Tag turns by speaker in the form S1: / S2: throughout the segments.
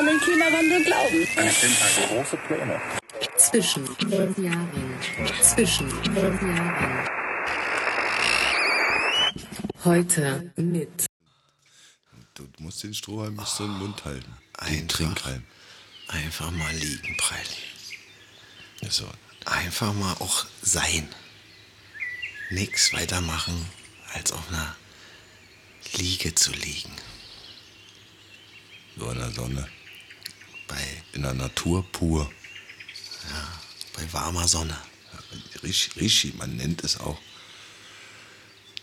S1: man nur glauben.
S2: Ein Film hat große Pläne.
S3: Zwischen den Jahren. Zwischen den Jahren. Heute mit.
S4: Du musst den Strohhalm bis zum Mund halten. Den
S5: Ah, Einfach.
S4: Trinkhalm.
S5: Einfach mal liegen, Preili.
S4: So.
S5: Einfach mal auch sein. Nix weitermachen, als auf einer Liege zu liegen.
S4: so in der Sonne.
S5: Bei,
S4: In der Natur pur.
S5: bei warmer Sonne.
S4: Rishi, Rishi, man nennt es auch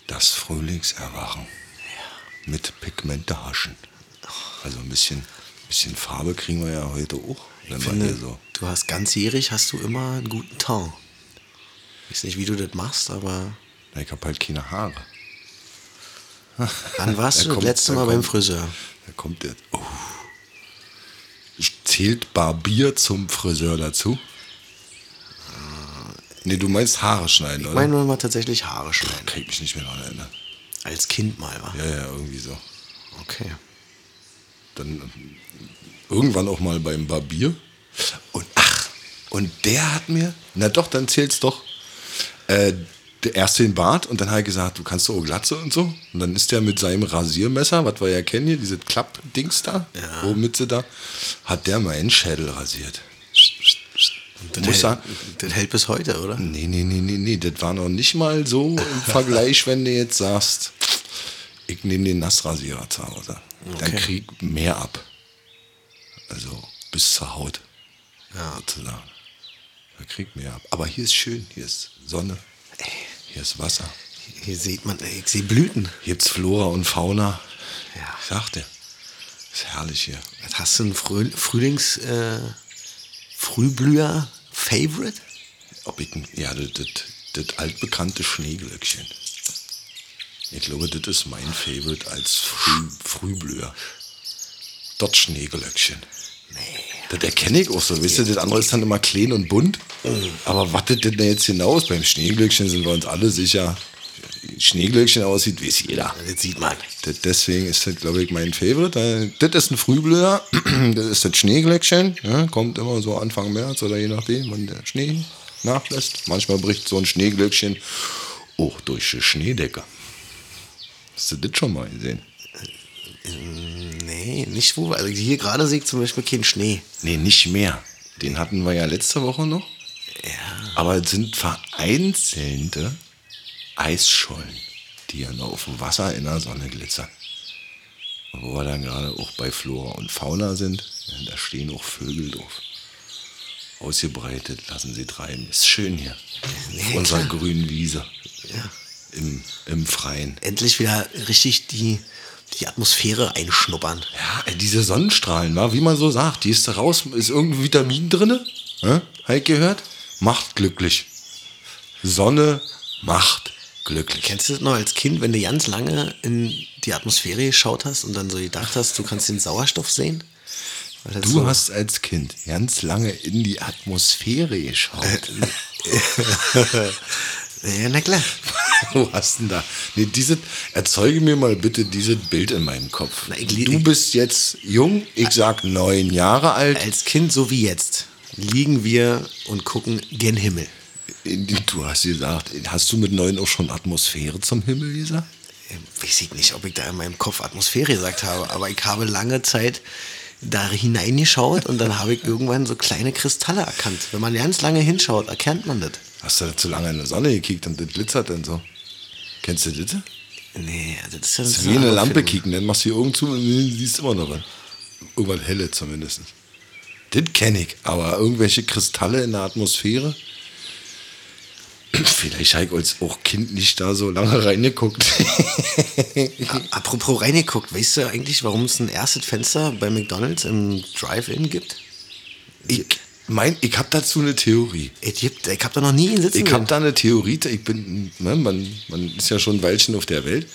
S4: das Frühlingserwachen. Mit Pigmente haschen. Also ein bisschen, bisschen Farbe kriegen wir ja heute auch, wenn man hier eh so.
S5: du hast ganzjährig hast du immer einen guten Ton. Ich weiß nicht, wie du das machst, aber
S4: Na, Ich hab halt keine Haare.
S5: wann warst
S4: Da
S5: du das
S4: kommt-
S5: letzte
S4: da
S5: Mal beim
S4: kommt-
S5: Friseur?
S4: Da kommt der. Oh. Zählt Barbier zum Friseur dazu? Ah, Nee, du meinst Haare schneiden,
S5: Ich
S4: oder?
S5: meine, wenn man tatsächlich Haare schneidet.
S4: Kann ich mich nicht mehr daran erinnern.
S5: Als Kind mal war.
S4: Ja, ja, irgendwie so.
S5: Okay.
S4: Dann ähm, irgendwann auch mal beim Barbier. Und ach, und der hat mir, na doch, dann zählt's doch. Äh, der- erst den Bart und dann hat er gesagt, du kannst doch auch Glatze und so. Und dann ist der mit seinem Rasiermesser, was wir ja kennen hier, dieses Klappdings da, womit sie da, hat der meinen Schädel rasiert.
S5: Das,
S4: Muss
S5: hält,
S4: sagen,
S5: das hält bis heute, oder?
S4: Nee, nee, nee, nee, nee, das war noch nicht mal so im Vergleich, wenn du jetzt sagst, ich nehme den Nassrasierer zu Hause. Dann
S5: Okay.
S4: krieg ich mehr ab. Also bis zur Haut.
S5: Ja.
S4: Sozusagen. Da krieg ich mehr ab. Aber hier ist schön, hier ist Sonne, hier ist Wasser.
S5: Hier sieht man, ich sehe Blüten.
S4: Hier gibt's Flora und Fauna.
S5: Ja.
S4: Ich sag dir, ist herrlich hier.
S5: Was Hast du einen Früh Frühlings äh, Frühblüher Favorite?
S4: Ob ich, n- ja, das, das, das altbekannte Schneeglöckchen. Ich glaube, das ist mein Favorite als Früh, Frühblüher. Das Schneeglöckchen. Das erkenne ich auch so. Wisst ihr, das andere ist dann immer klein und bunt. Aber was das denn da jetzt hinaus? Beim Schneeglöckchen sind wir uns alle sicher. Wie Schneeglöckchen aussieht, weiß jeder.
S5: Das sieht man.
S4: Das, deswegen ist das, glaube ich, mein Favorite. Äh, Das ist ein Frühblüher. Das ist das Schneeglöckchen. Ja, kommt immer so Anfang März oder je nachdem, wann der Schnee nachlässt. Manchmal bricht so ein Schneeglöckchen auch durch die Schneedecke. Hast du das schon mal gesehen?
S5: Nee, nicht wo. Also hier gerade sehe ich zum Beispiel keinen Schnee.
S4: Nee, nicht mehr. Den hatten wir ja letzte Woche noch.
S5: Ja.
S4: Aber es sind vereinzelte Eisschollen, die ja nur auf dem Wasser in der Sonne glitzern. Und wo wir dann gerade auch bei Flora und Fauna sind, ja, da stehen auch Vögel drauf. Ausgebreitet, lassen sie treiben. Ist schön hier. Auf
S5: Ja,
S4: unserer grünen Wiese.
S5: Ja.
S4: Im, Im Freien.
S5: Endlich wieder richtig die, die Atmosphäre einschnuppern.
S4: Ja, ey, diese Sonnenstrahlen, wa? wie man so sagt, die ist da raus, ist irgendein Vitamin drin, ja? Heik gehört? Macht glücklich. Sonne macht glücklich.
S5: Kennst du das noch als Kind, wenn du ganz lange in die Atmosphäre geschaut hast und dann so gedacht hast, du kannst den Sauerstoff sehen? Weil das
S4: Du
S5: so-
S4: hast als Kind ganz lange in die Atmosphäre geschaut.
S5: Äh, Ja, na klar.
S4: Wo hast denn da? Nee, diese, erzeuge mir mal bitte dieses Bild in meinem Kopf.
S5: Na, ich li-
S4: du bist jetzt jung, ich sag neun Jahre alt.
S5: Als Kind, so wie jetzt, liegen wir und gucken gen Himmel.
S4: Du hast gesagt, hast du mit neun auch schon Atmosphäre zum Himmel gesagt?
S5: Ähm, Weiß ich nicht, ob ich da in meinem Kopf Atmosphäre gesagt habe, aber ich habe lange Zeit da hineingeschaut und dann habe ich irgendwann so kleine Kristalle erkannt. Wenn man ganz lange hinschaut, erkennt man das.
S4: Hast du da zu lange in der Sonne gekickt und das glitzert dann so? Kennst du das?
S5: Nee, also das ist ja das
S4: Das ist wie in eine
S5: andere
S4: Lampe
S5: Film.
S4: kicken, dann machst du die Augen zu und siehst immer noch was. Irgendwas helle zumindest. Das kenne ich, aber irgendwelche Kristalle in der Atmosphäre. Vielleicht habe ich als auch Kind nicht da so lange reingeguckt.
S5: A- Apropos reingeguckt, weißt du eigentlich, warum es ein erstes Fenster bei McDonalds im Drive-In gibt?
S4: Ich mein, ich habe dazu eine Theorie.
S5: Es gibt, ich habe da noch nie einen sitzen
S4: Ich habe
S5: sehen.
S4: da eine Theorie, ich bin, ne, man, man ist ja schon ein Weilchen auf der Welt.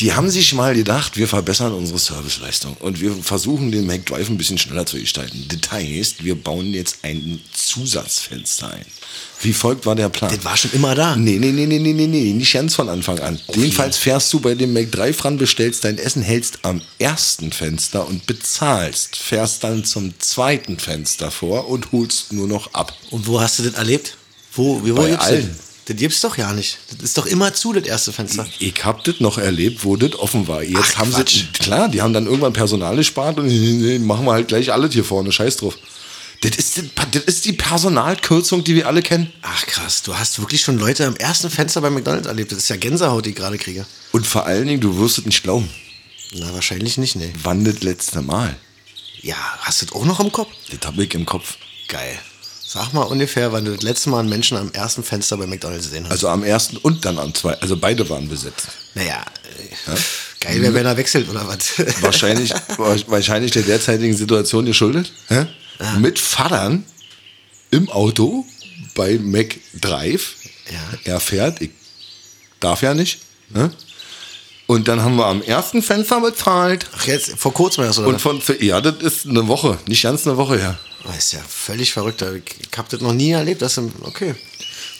S4: Die haben sich mal gedacht, wir verbessern unsere Serviceleistung und wir versuchen den McDrive ein bisschen schneller zu gestalten. Das heißt, wir bauen jetzt ein Zusatzfenster ein. Wie folgt war der Plan?
S5: Das war schon immer da.
S4: Nee, nee, nee, nee, nee, nee, nee, nicht ganz von Anfang an. Jedenfalls fährst du bei dem McDrive ran, bestellst dein Essen, hältst am ersten Fenster und bezahlst. Fährst dann zum zweiten Fenster vor und holst nur noch ab.
S5: Und wo hast du das erlebt? Wo, wie, wo
S4: Bei
S5: gibt's
S4: allen.
S5: Das? das gibt's doch ja nicht. Das ist doch immer zu, das erste Fenster.
S4: Ich hab das noch erlebt, wo das offen war. Jetzt
S5: Ach,
S4: haben
S5: Quatsch.
S4: sie, klar, die haben dann irgendwann Personal gespart und machen wir halt gleich alles hier vorne, scheiß drauf. Das ist, die- das ist die Personalkürzung, die wir alle kennen.
S5: Ach krass, du hast wirklich schon Leute am ersten Fenster bei McDonalds erlebt. Das ist ja Gänsehaut, die ich gerade kriege.
S4: Und vor allen Dingen, du wirst es nicht glauben,
S5: Na, wahrscheinlich nicht, ne.
S4: wann das letzte Mal.
S5: Ja, hast du das auch noch im Kopf?
S4: Das hab ich im Kopf.
S5: Geil. Sag mal ungefähr, wann du das letzte Mal einen Menschen am ersten Fenster bei McDonalds gesehen hast.
S4: Also am ersten und dann am zweiten. Also beide waren besetzt.
S5: naja, äh, geil wäre, wenn er wechselt oder was.
S4: Wahrscheinlich, wahrscheinlich der derzeitigen Situation geschuldet. Hä?
S5: Ah.
S4: Mit Vatern im Auto bei Mac Drive.
S5: Ja.
S4: Er fährt, ich darf ja nicht. Ne? Und dann haben wir am ersten Fenster bezahlt.
S5: Ach, jetzt, vor kurzem erst, oder?
S4: Und von, ja, das ist eine Woche, nicht ganz eine Woche her.
S5: das Ah, ist ja völlig verrückt. Ich ich hab das noch nie erlebt. Das ist, okay.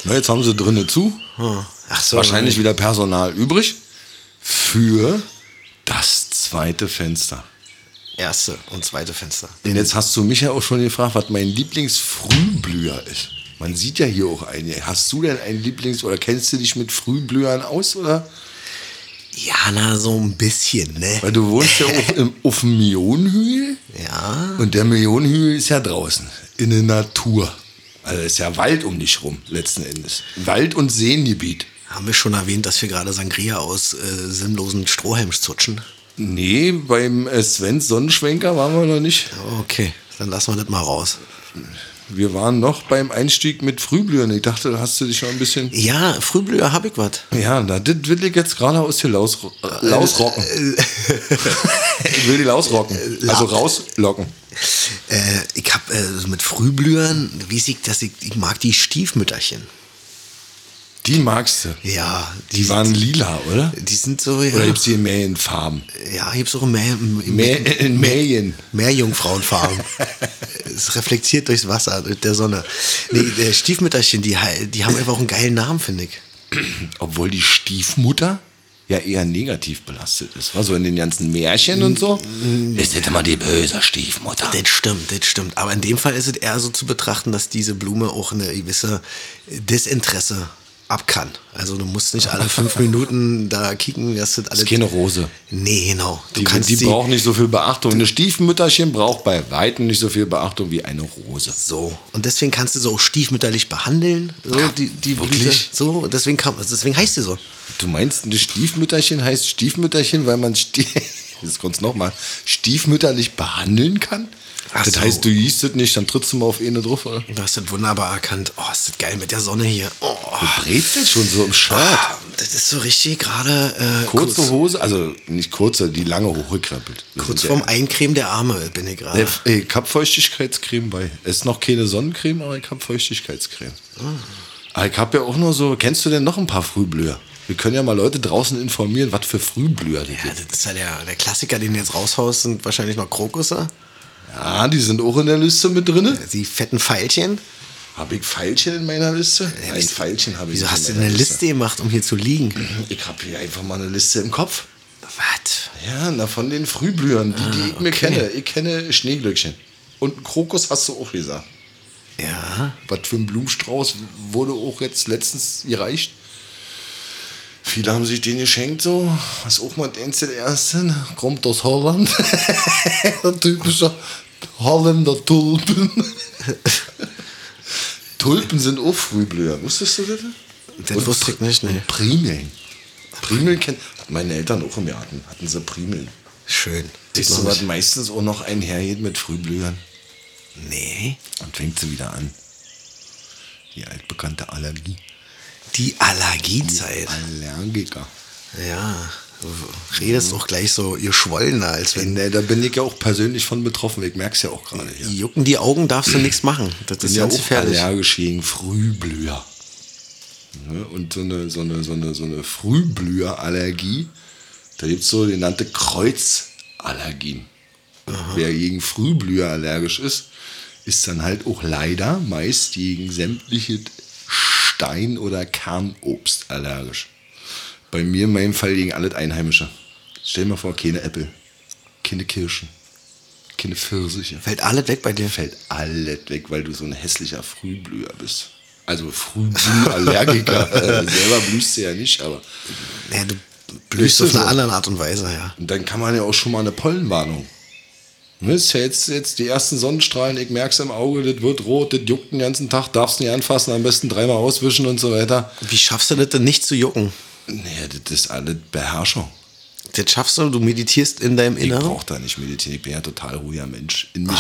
S4: Na, jetzt haben sie drinnen zu.
S5: Hm. Ach so.
S4: Wahrscheinlich wieder Personal übrig für das zweite Fenster.
S5: Erste und zweite Fenster.
S4: Denn jetzt hast du mich ja auch schon gefragt, was mein Lieblingsfrühblüher ist. Man sieht ja hier auch einige. Hast du denn einen Lieblings- oder kennst du dich mit Frühblühern aus? Oder?
S5: Ja, na, so ein bisschen, ne?
S4: Weil du wohnst ja auch im, auf dem Millionenhügel
S5: Ja.
S4: und der Millionenhügel ist ja draußen, in der Natur. Also ist ja Wald um dich rum, letzten Endes. Wald- und Seengebiet.
S5: Haben wir schon erwähnt, dass wir gerade Sangria aus äh, sinnlosen Strohhalms zutschen?
S4: Nee, beim äh, Sven Sonnenschwenker waren wir noch nicht.
S5: Okay, dann lassen wir das mal raus.
S4: Wir waren noch beim Einstieg mit Frühblühern. Ich dachte, da hast du dich schon ein bisschen.
S5: Ja, Frühblüher hab ich was.
S4: Ja, na, das will ich jetzt gerade aus hier laus, äh, lausrocken. ich will die lausrocken. Also rauslocken.
S5: Äh, ich hab äh, mit Frühblühern, wie ich das, ich, ich mag die Stiefmütterchen.
S4: Die magst du.
S5: Ja,
S4: Die waren lila, oder? Äh,
S5: Die sind so, ja,
S4: Oder gibt's die in Mähenfarben?
S5: ja ich hab so mehr,
S4: Mä-
S5: mehr,
S4: in Mähen.
S5: mehr Jungfrauenfarben. es reflektiert durchs Wasser, mit der Sonne. Nee, äh, Stiefmütterchen, die, hei- die haben einfach auch einen geilen Namen, finde ich.
S4: Obwohl die Stiefmutter ja eher negativ belastet ist. War so in den ganzen Märchen und so. Ist das immer die böse Stiefmutter?
S5: Mm. Das stimmt, das stimmt. Aber in dem Fall ist es eher so zu betrachten, dass diese Blume auch eine gewisse Desinteresse ab kann. Also du musst nicht alle fünf Minuten da kicken, dass das alles...
S4: ist keine Rose.
S5: Nee, genau. Du
S4: Die,
S5: kannst
S4: die
S5: sie-
S4: braucht nicht so viel Beachtung. Eine Stiefmütterchen braucht bei Weitem nicht so viel Beachtung wie eine Rose.
S5: So. Und deswegen kannst du so auch stiefmütterlich behandeln. So,
S4: Ah,
S5: die, die
S4: wirklich?
S5: Blüte. So, und deswegen, kam, also deswegen heißt sie so.
S4: Du meinst, eine Stiefmütterchen heißt Stiefmütterchen, weil man Stie Jetzt kommt's noch mal. stiefmütterlich behandeln kann?
S5: Ach
S4: das
S5: so.
S4: heißt, du hießt es nicht, dann trittst du mal auf eine drauf, oder?
S5: Du hast das wunderbar erkannt. Oh, ist das geil mit der Sonne hier. Oh,
S4: Du brezelst schon so im Shirt.
S5: ah, das ist so richtig gerade äh,
S4: Kurze
S5: kurz,
S4: Hose, also nicht kurze, die lange hochgekrempelt. Wir
S5: kurz
S4: sind
S5: vorm
S4: ja-
S5: Eincremen der Arme bin ich gerade.
S4: Ne, f- ey, Ich hab Feuchtigkeitscreme bei. Es ist noch keine Sonnencreme, aber ich hab Feuchtigkeitscreme. Aber ich hab ja auch nur so, kennst du denn noch ein paar Frühblüher? Wir können ja mal Leute draußen informieren, was für Frühblüher die
S5: Ja,
S4: gibt.
S5: das ist ja der, der Klassiker, den du jetzt raushaust, sind wahrscheinlich noch Krokusse.
S4: Ja, Ah, die sind auch in der Liste mit drin.
S5: Die fetten Pfeilchen.
S4: Habe ich Pfeilchen in meiner Liste? Ein
S5: wieso-
S4: Pfeilchen habe ich
S5: Wieso
S4: nicht
S5: hast du
S4: in
S5: denn
S4: meiner
S5: eine Liste gemacht, um hier zu liegen?
S4: Ich habe hier einfach mal eine Liste im Kopf.
S5: Was?
S4: Ja, na von den Frühblühern, die, die ich mir
S5: Ah, okay.
S4: kenne. Ich kenne Schneeglöckchen. Und einen Krokus hast du auch gesagt.
S5: Ja.
S4: Was für ein Blumenstrauß wurde auch jetzt letztens gereicht. Viele haben sich den geschenkt, so. Was auch mal eins der ersten. Kommt aus Holland. ein typischer Holländer Tulpen. Tulpen sind auch Frühblüher. Wusstest du das?
S5: Das wusste ich nicht, nee.
S4: Primeln. Primeln kennt. Hat meine Eltern auch im Garten. Hatten sie Primeln.
S5: Schön.
S4: Siehst du,
S5: Noch
S4: was
S5: nicht.
S4: meistens auch noch einhergeht mit Frühblühern.
S5: Nee.
S4: Und fängt sie wieder an. Die altbekannte Allergie.
S5: Die Allergiezeit.
S4: Allergiker.
S5: Ja. Du Redest doch gleich so, ihr Schwollener, als wenn.
S4: Ne, da bin ich ja auch persönlich von betroffen. Ich merke es ja auch gerade. hier.
S5: Jucken die Augen, darfst du nichts machen. Das
S4: bin
S5: ist
S4: ja
S5: ganz
S4: auch
S5: gefährlich.
S4: allergisch gegen Frühblüher. Ne? Und so eine, so eine, so eine, so eine Frühblüherallergie, da gibt es so genannte Kreuzallergien. Und Wer gegen Frühblüher allergisch ist, ist dann halt auch leider meist gegen sämtliche Stein- oder Kernobst allergisch. Bei mir in meinem Fall gegen alles Einheimische. Stell dir mal vor, keine Äpfel, keine Kirschen, keine Pfirsiche.
S5: Fällt alles weg bei dir.
S4: Fällt alles weg, weil du so ein hässlicher Frühblüher bist. Also Frühblühallergiker. äh, selber blühst du ja nicht, aber.
S5: Ja, du blühst auf eine andere Art und Weise, ja.
S4: Und dann kann man ja auch schon mal eine Pollenwarnung. Ne, ist ja jetzt, jetzt die ersten Sonnenstrahlen, ich merke es im Auge, das wird rot, das juckt den ganzen Tag, darfst nicht anfassen, am besten dreimal auswischen und so weiter.
S5: Wie schaffst du das denn nicht zu jucken?
S4: Naja, das ist alles Beherrschung.
S5: Das schaffst du, du meditierst in deinem
S4: Ich
S5: Inneren.
S4: brauche da nicht meditieren, ich bin ja total ruhiger Mensch, in mich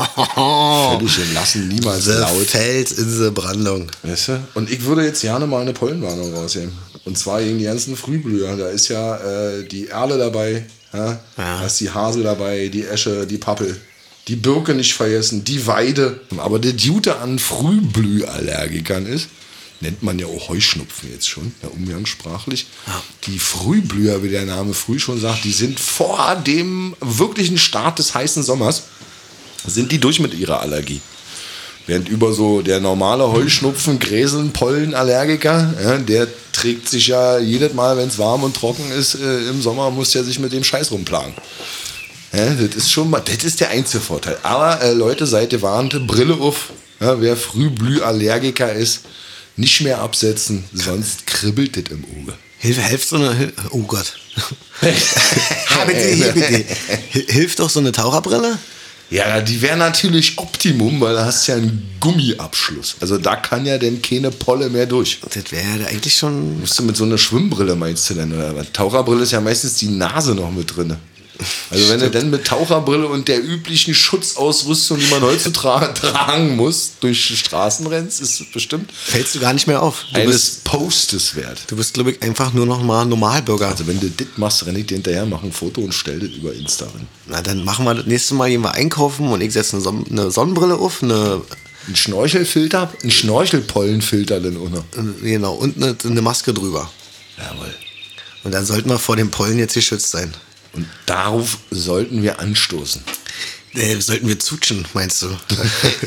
S4: geklärt. Völlig entlassen, niemals laut.
S5: Fels in the Brandung.
S4: Weißt du? Und ich würde jetzt gerne mal eine Pollenwarnung rausheben. Und zwar gegen die ganzen Frühblüher. Da ist ja äh, die Erle dabei, ja?
S5: Ja.
S4: da ist die Hasel dabei, die Esche, die Pappel, die Birke nicht vergessen, die Weide. Aber der Jute an Frühblühallergikern ist, nennt man ja auch Heuschnupfen jetzt schon, ja, umgangssprachlich. Die Frühblüher, wie der Name früh schon sagt, die sind vor dem wirklichen Start des heißen Sommers, sind die durch mit ihrer Allergie. Während über so der normale Heuschnupfen, Gräseln, Pollenallergiker, ja, der trägt sich ja jedes Mal, wenn es warm und trocken ist, äh, im Sommer muss der sich mit dem Scheiß rumplagen. Ja, das ist schon mal, das ist der einzige Vorteil. Aber äh, Leute, seid gewarnt, Brille auf. Ja, wer Frühblühallergiker ist, nicht mehr absetzen, sonst kribbelt das im Auge.
S5: Hilfe, hilft so eine. Hil- Oh Gott. Ah, bitte, hier, bitte. Hil- Hilft doch so eine Taucherbrille?
S4: Ja, die wäre natürlich Optimum, weil da hast du ja einen Gummiabschluss. Also da kann ja denn keine Polle mehr durch.
S5: Das wäre ja eigentlich schon.
S4: Musst du mit so einer Schwimmbrille meinst du denn oder was? Taucherbrille ist ja meistens die Nase noch mit drin. Also wenn du dann mit Taucherbrille und der üblichen Schutzausrüstung, die man heutzutage tragen muss, durch die Straßen rennst, ist es bestimmt
S5: Fällst du gar nicht mehr auf. Du bist,
S4: eines Postes wert.
S5: du bist glaube ich, einfach nur noch mal Normalbürger.
S4: Also wenn du das machst, renn ich dir hinterher, mach ein Foto und stell das über Insta rein.
S5: Na, dann machen wir das nächste Mal, gehen wir einkaufen und ich setze eine, Son eine Sonnenbrille auf, eine,
S4: Ein Schnorchelfilter, ein Schnorchelpollenfilter dann ohne.
S5: genau, und eine, eine Maske drüber.
S4: Jawohl.
S5: Und dann sollten wir vor dem Pollen jetzt geschützt sein.
S4: Und darauf sollten wir anstoßen.
S5: Äh, sollten wir zutschen, meinst du?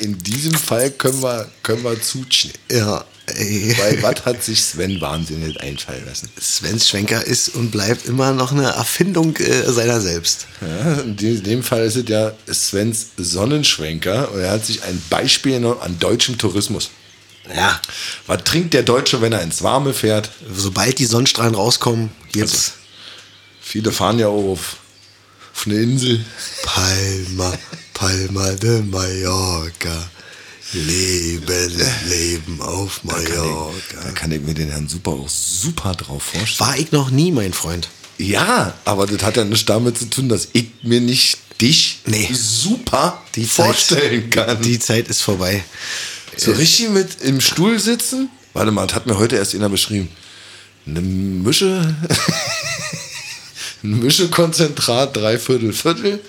S4: In diesem Fall können wir, können wir zutschneiden.
S5: ja, ey.
S4: Weil was hat sich Sven wahnsinnig einfallen lassen?
S5: Sven Schwenker ist und bleibt immer noch eine Erfindung äh, seiner selbst.
S4: Ja, in dem- in dem Fall ist es ja Svens Sonnenschwenker und er hat sich ein Beispiel genommen an deutschem Tourismus.
S5: Ja.
S4: Was trinkt der Deutsche, wenn er ins Warme fährt?
S5: Sobald die Sonnenstrahlen rauskommen, jetzt
S4: Viele fahren ja auch auf, auf eine Insel.
S5: Palma, Palma de Mallorca. Leben, Leben auf
S4: Da
S5: Mallorca.
S4: kann ich mir den Herrn Super auch super drauf vorstellen.
S5: War ich noch nie, mein Freund.
S4: Ja, aber das hat ja nichts damit zu tun, dass ich mir nicht dich
S5: Nee.
S4: super
S5: Die
S4: vorstellen
S5: Zeit,
S4: kann.
S5: Die Zeit ist vorbei.
S4: So richtig mit im Stuhl sitzen? Warte mal, das hat mir heute erst einer beschrieben. Eine Mische. ein Mischekonzentrat, dreiviertel Viertel,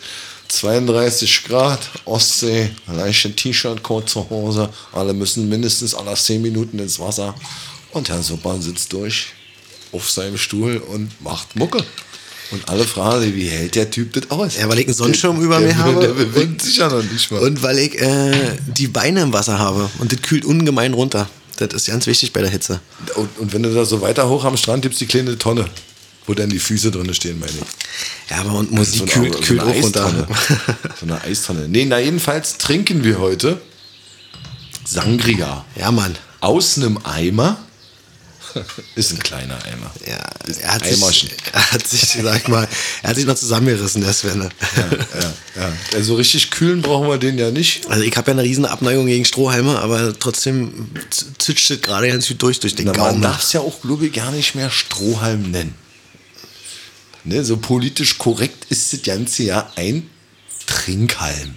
S4: 32 Grad, Ostsee, leichte T-Shirt, kurze Hose. Alle müssen mindestens alle 10 Minuten ins Wasser. Und Herr Suppan sitzt durch auf seinem Stuhl und macht Mucke. Und alle fragen sich, wie hält der Typ das aus?
S5: Ja, weil ich einen Sonnenschirm über
S4: der,
S5: mir habe
S4: Der bewegt
S5: und-
S4: sich ja noch nicht mal.
S5: Und weil ich äh, die Beine im Wasser habe und das kühlt ungemein runter. Das ist ganz wichtig bei der Hitze.
S4: Und, und wenn du da so weiter hoch am Strand gibst, die kleine Tonne, wo dann die Füße drin stehen, meine ich.
S5: Ja, aber und Musik
S4: eine-
S5: kühlt, kühlt
S4: eine
S5: auch runter.
S4: Eistonne. so eine Eistonne. Nee, na jedenfalls trinken wir heute Sangria
S5: ja, Mann.
S4: aus einem Eimer. Ist ein kleiner Eimer.
S5: Ja,
S4: Ist
S5: er hat
S4: Eimerchen.
S5: sich, er hat sich, sag mal, er hat sich noch zusammengerissen, der Sven.
S4: Ja, ja. Also richtig kühlen brauchen wir den ja nicht.
S5: Also ich habe ja eine riesen Abneigung gegen Strohhalme, aber trotzdem z- zitscht es gerade ganz gut durch, durch den
S4: Na, man
S5: Gaumen.
S4: darf es ja auch, glaube ich, gar nicht mehr Strohhalm nennen. Ne, so politisch korrekt ist das Ganze ja ein Trinkhalm.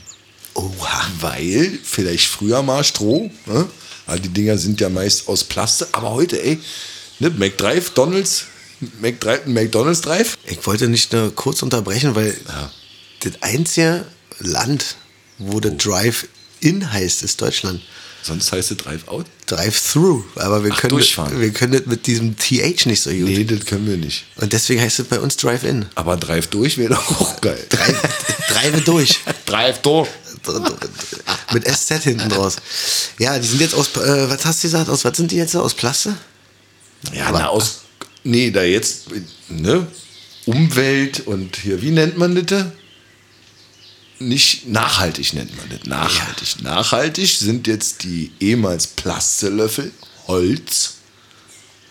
S4: Oha. Weil vielleicht früher mal Stroh, ne? Also die Dinger sind ja meist aus Plastik, aber heute, ey, ne, McDrive, Donalds, McDrive, McDonalds Drive.
S5: Ich wollte nicht nur kurz unterbrechen, weil das einzige Land, wo
S4: Oh.
S5: der Drive-In heißt, ist Deutschland.
S4: Sonst heißt es Drive-Out.
S5: Drive-Through. Aber wir
S4: Ach,
S5: können,
S4: durchfahren.
S5: wir können das mit diesem TH nicht so gut.
S4: Nee, das können wir nicht.
S5: Und deswegen heißt es bei uns Drive-In.
S4: Aber Drive-Durch wäre doch auch geil.
S5: Drive- Drive durch.
S4: Drive-Durch.
S5: Mit SZ hinten draus. Ja, die sind jetzt aus, äh, was hast du gesagt, aus, was sind die jetzt? Aus Plaste?
S4: Ja, na, aus. Nee, da jetzt. Ne? Umwelt und hier, wie nennt man das? da? Nicht nachhaltig nennt man das. Nachhaltig. Nachhaltig sind jetzt die ehemals Plastelöffel Holz.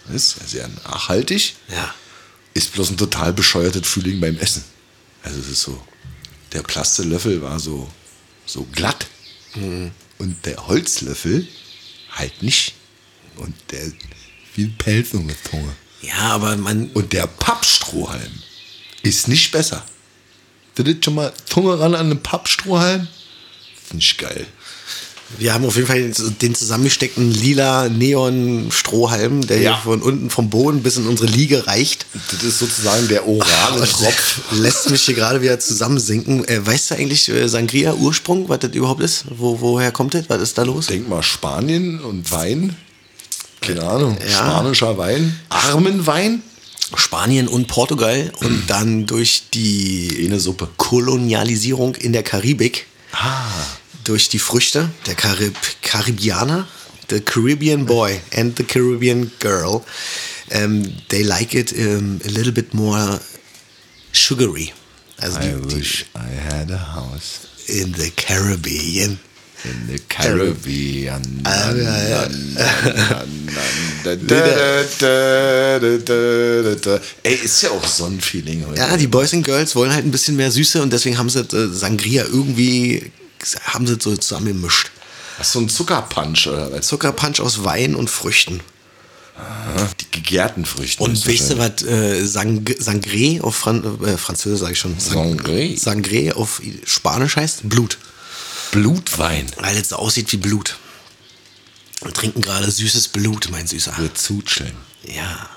S4: Das ist ja sehr nachhaltig.
S5: Ja.
S4: Ist bloß ein total bescheuertes Feeling beim Essen. Also es ist so. Der Plastelöffel war so, so glatt. Mhm. Und der Holzlöffel halt nicht. Und der wie ein Pelz um die Zunge.
S5: Ja, aber man,
S4: Und der Pappstrohhalm ist nicht besser. Das ist schon mal Zunge ran an den Pappstrohhalm. Ist nicht geil.
S5: wir haben auf jeden Fall den- den zusammengesteckten lila Neon-Strohhalm, der
S4: Ja.
S5: hier von unten vom Boden bis in unsere Liege reicht.
S4: Das ist sozusagen der orale
S5: Und
S4: Tropf.
S5: lässt mich hier gerade wieder zusammensinken. Äh, weißt du eigentlich äh, Sangria-Ursprung, was das überhaupt ist? Wo, woher kommt das? Was ist da los?
S4: Denk mal Spanien und Wein. Keine Ahnung.
S5: Ja.
S4: Spanischer Wein. Armenwein.
S5: Spanien und Portugal und dann durch die
S4: Mhm. Eine Suppe.
S5: Kolonialisierung in der Karibik,
S4: Ah.
S5: durch die Früchte der Karib Karibianer, the Caribbean boy and the Caribbean girl, ähm, they like it ähm, a little bit more sugary. Also
S4: I
S5: die, die,
S4: wish I had a house
S5: in the Caribbean.
S4: in the Caribbean.
S5: Ah, ja, ja.
S4: Ey, ist ja auch Sonnenfeeling heute.
S5: Ja, die Boys and Girls wollen halt ein bisschen mehr Süße und deswegen haben sie äh, Sangria irgendwie haben sie so zusammengemischt.
S4: Hast du einen Zuckerpunch oder was?
S5: Zuckerpunch aus Wein und Früchten.
S4: Die gegärten Früchte.
S5: Und weißt du, was äh, Sang Sangre auf Fran äh, Französisch sage ich schon. Sang
S4: Sangre.
S5: Sangre auf Spanisch heißt Blut.
S4: Blutwein.
S5: Weil es so aussieht wie Blut. Wir trinken gerade süßes Blut, mein Süßer.
S4: Wir zutscheln.
S5: Ja.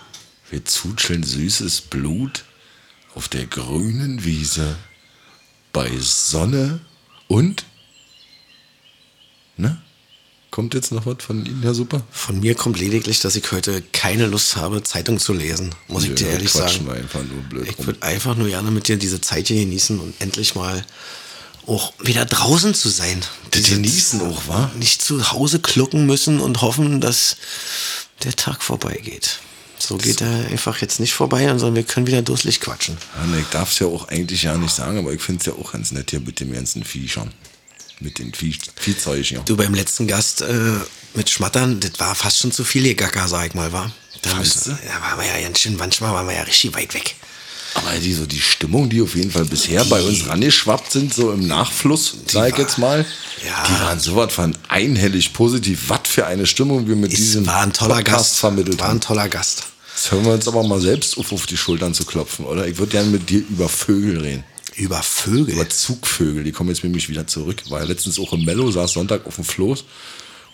S4: Wir zutscheln süßes Blut auf der grünen Wiese bei Sonne und. Ne? Kommt jetzt noch was von Ihnen, Herr Super?
S5: Von mir kommt lediglich, dass ich heute keine Lust habe, Zeitung zu lesen. Muss ich
S4: Nö,
S5: dir
S4: da
S5: ehrlich sagen.
S4: quatschen wir einfach nur blöd
S5: ich
S4: rum.
S5: würde einfach nur gerne mit dir diese Zeit hier genießen und endlich mal auch wieder draußen zu sein.
S4: Das
S5: Diese-
S4: genießen auch, wa?
S5: Nicht zu Hause klucken müssen und hoffen, dass der Tag vorbeigeht. So geht er einfach jetzt nicht vorbei, sondern wir können wieder dusselig quatschen.
S4: Ja, na, ich darf es ja auch eigentlich ja nicht sagen, aber ich finde es ja auch ganz nett hier mit dem ganzen Viechern. Mit den Vieh Viehzeug, ja.
S5: Du beim letzten Gast äh, mit Schmattern, das war fast schon zu viel, ihr Gacker, sag ich mal, war. Da,
S4: Fandst
S5: müssen,
S4: du?
S5: da waren wir ja ganz schön, manchmal waren wir ja richtig weit weg.
S4: Aber die, so die Stimmung, die auf jeden Fall bisher bei uns rangeschwappt sind, so im Nachfluss, sag ich
S5: war-
S4: jetzt mal,
S5: Ja.
S4: die waren sowas von einhellig positiv. Was für eine Stimmung wir mit
S5: Ist,
S4: diesem
S5: war ein toller
S4: Podcast
S5: Gast.
S4: vermittelt
S5: war ein
S4: haben.
S5: toller Gast.
S4: Jetzt hören wir uns aber mal selbst auf, auf die Schultern zu klopfen, oder? Ich würde gerne mit dir über Vögel reden.
S5: Über Vögel.
S4: Über Zugvögel, die kommen jetzt nämlich wieder zurück. War ja letztens auch im Mello, saß Sonntag auf dem Floß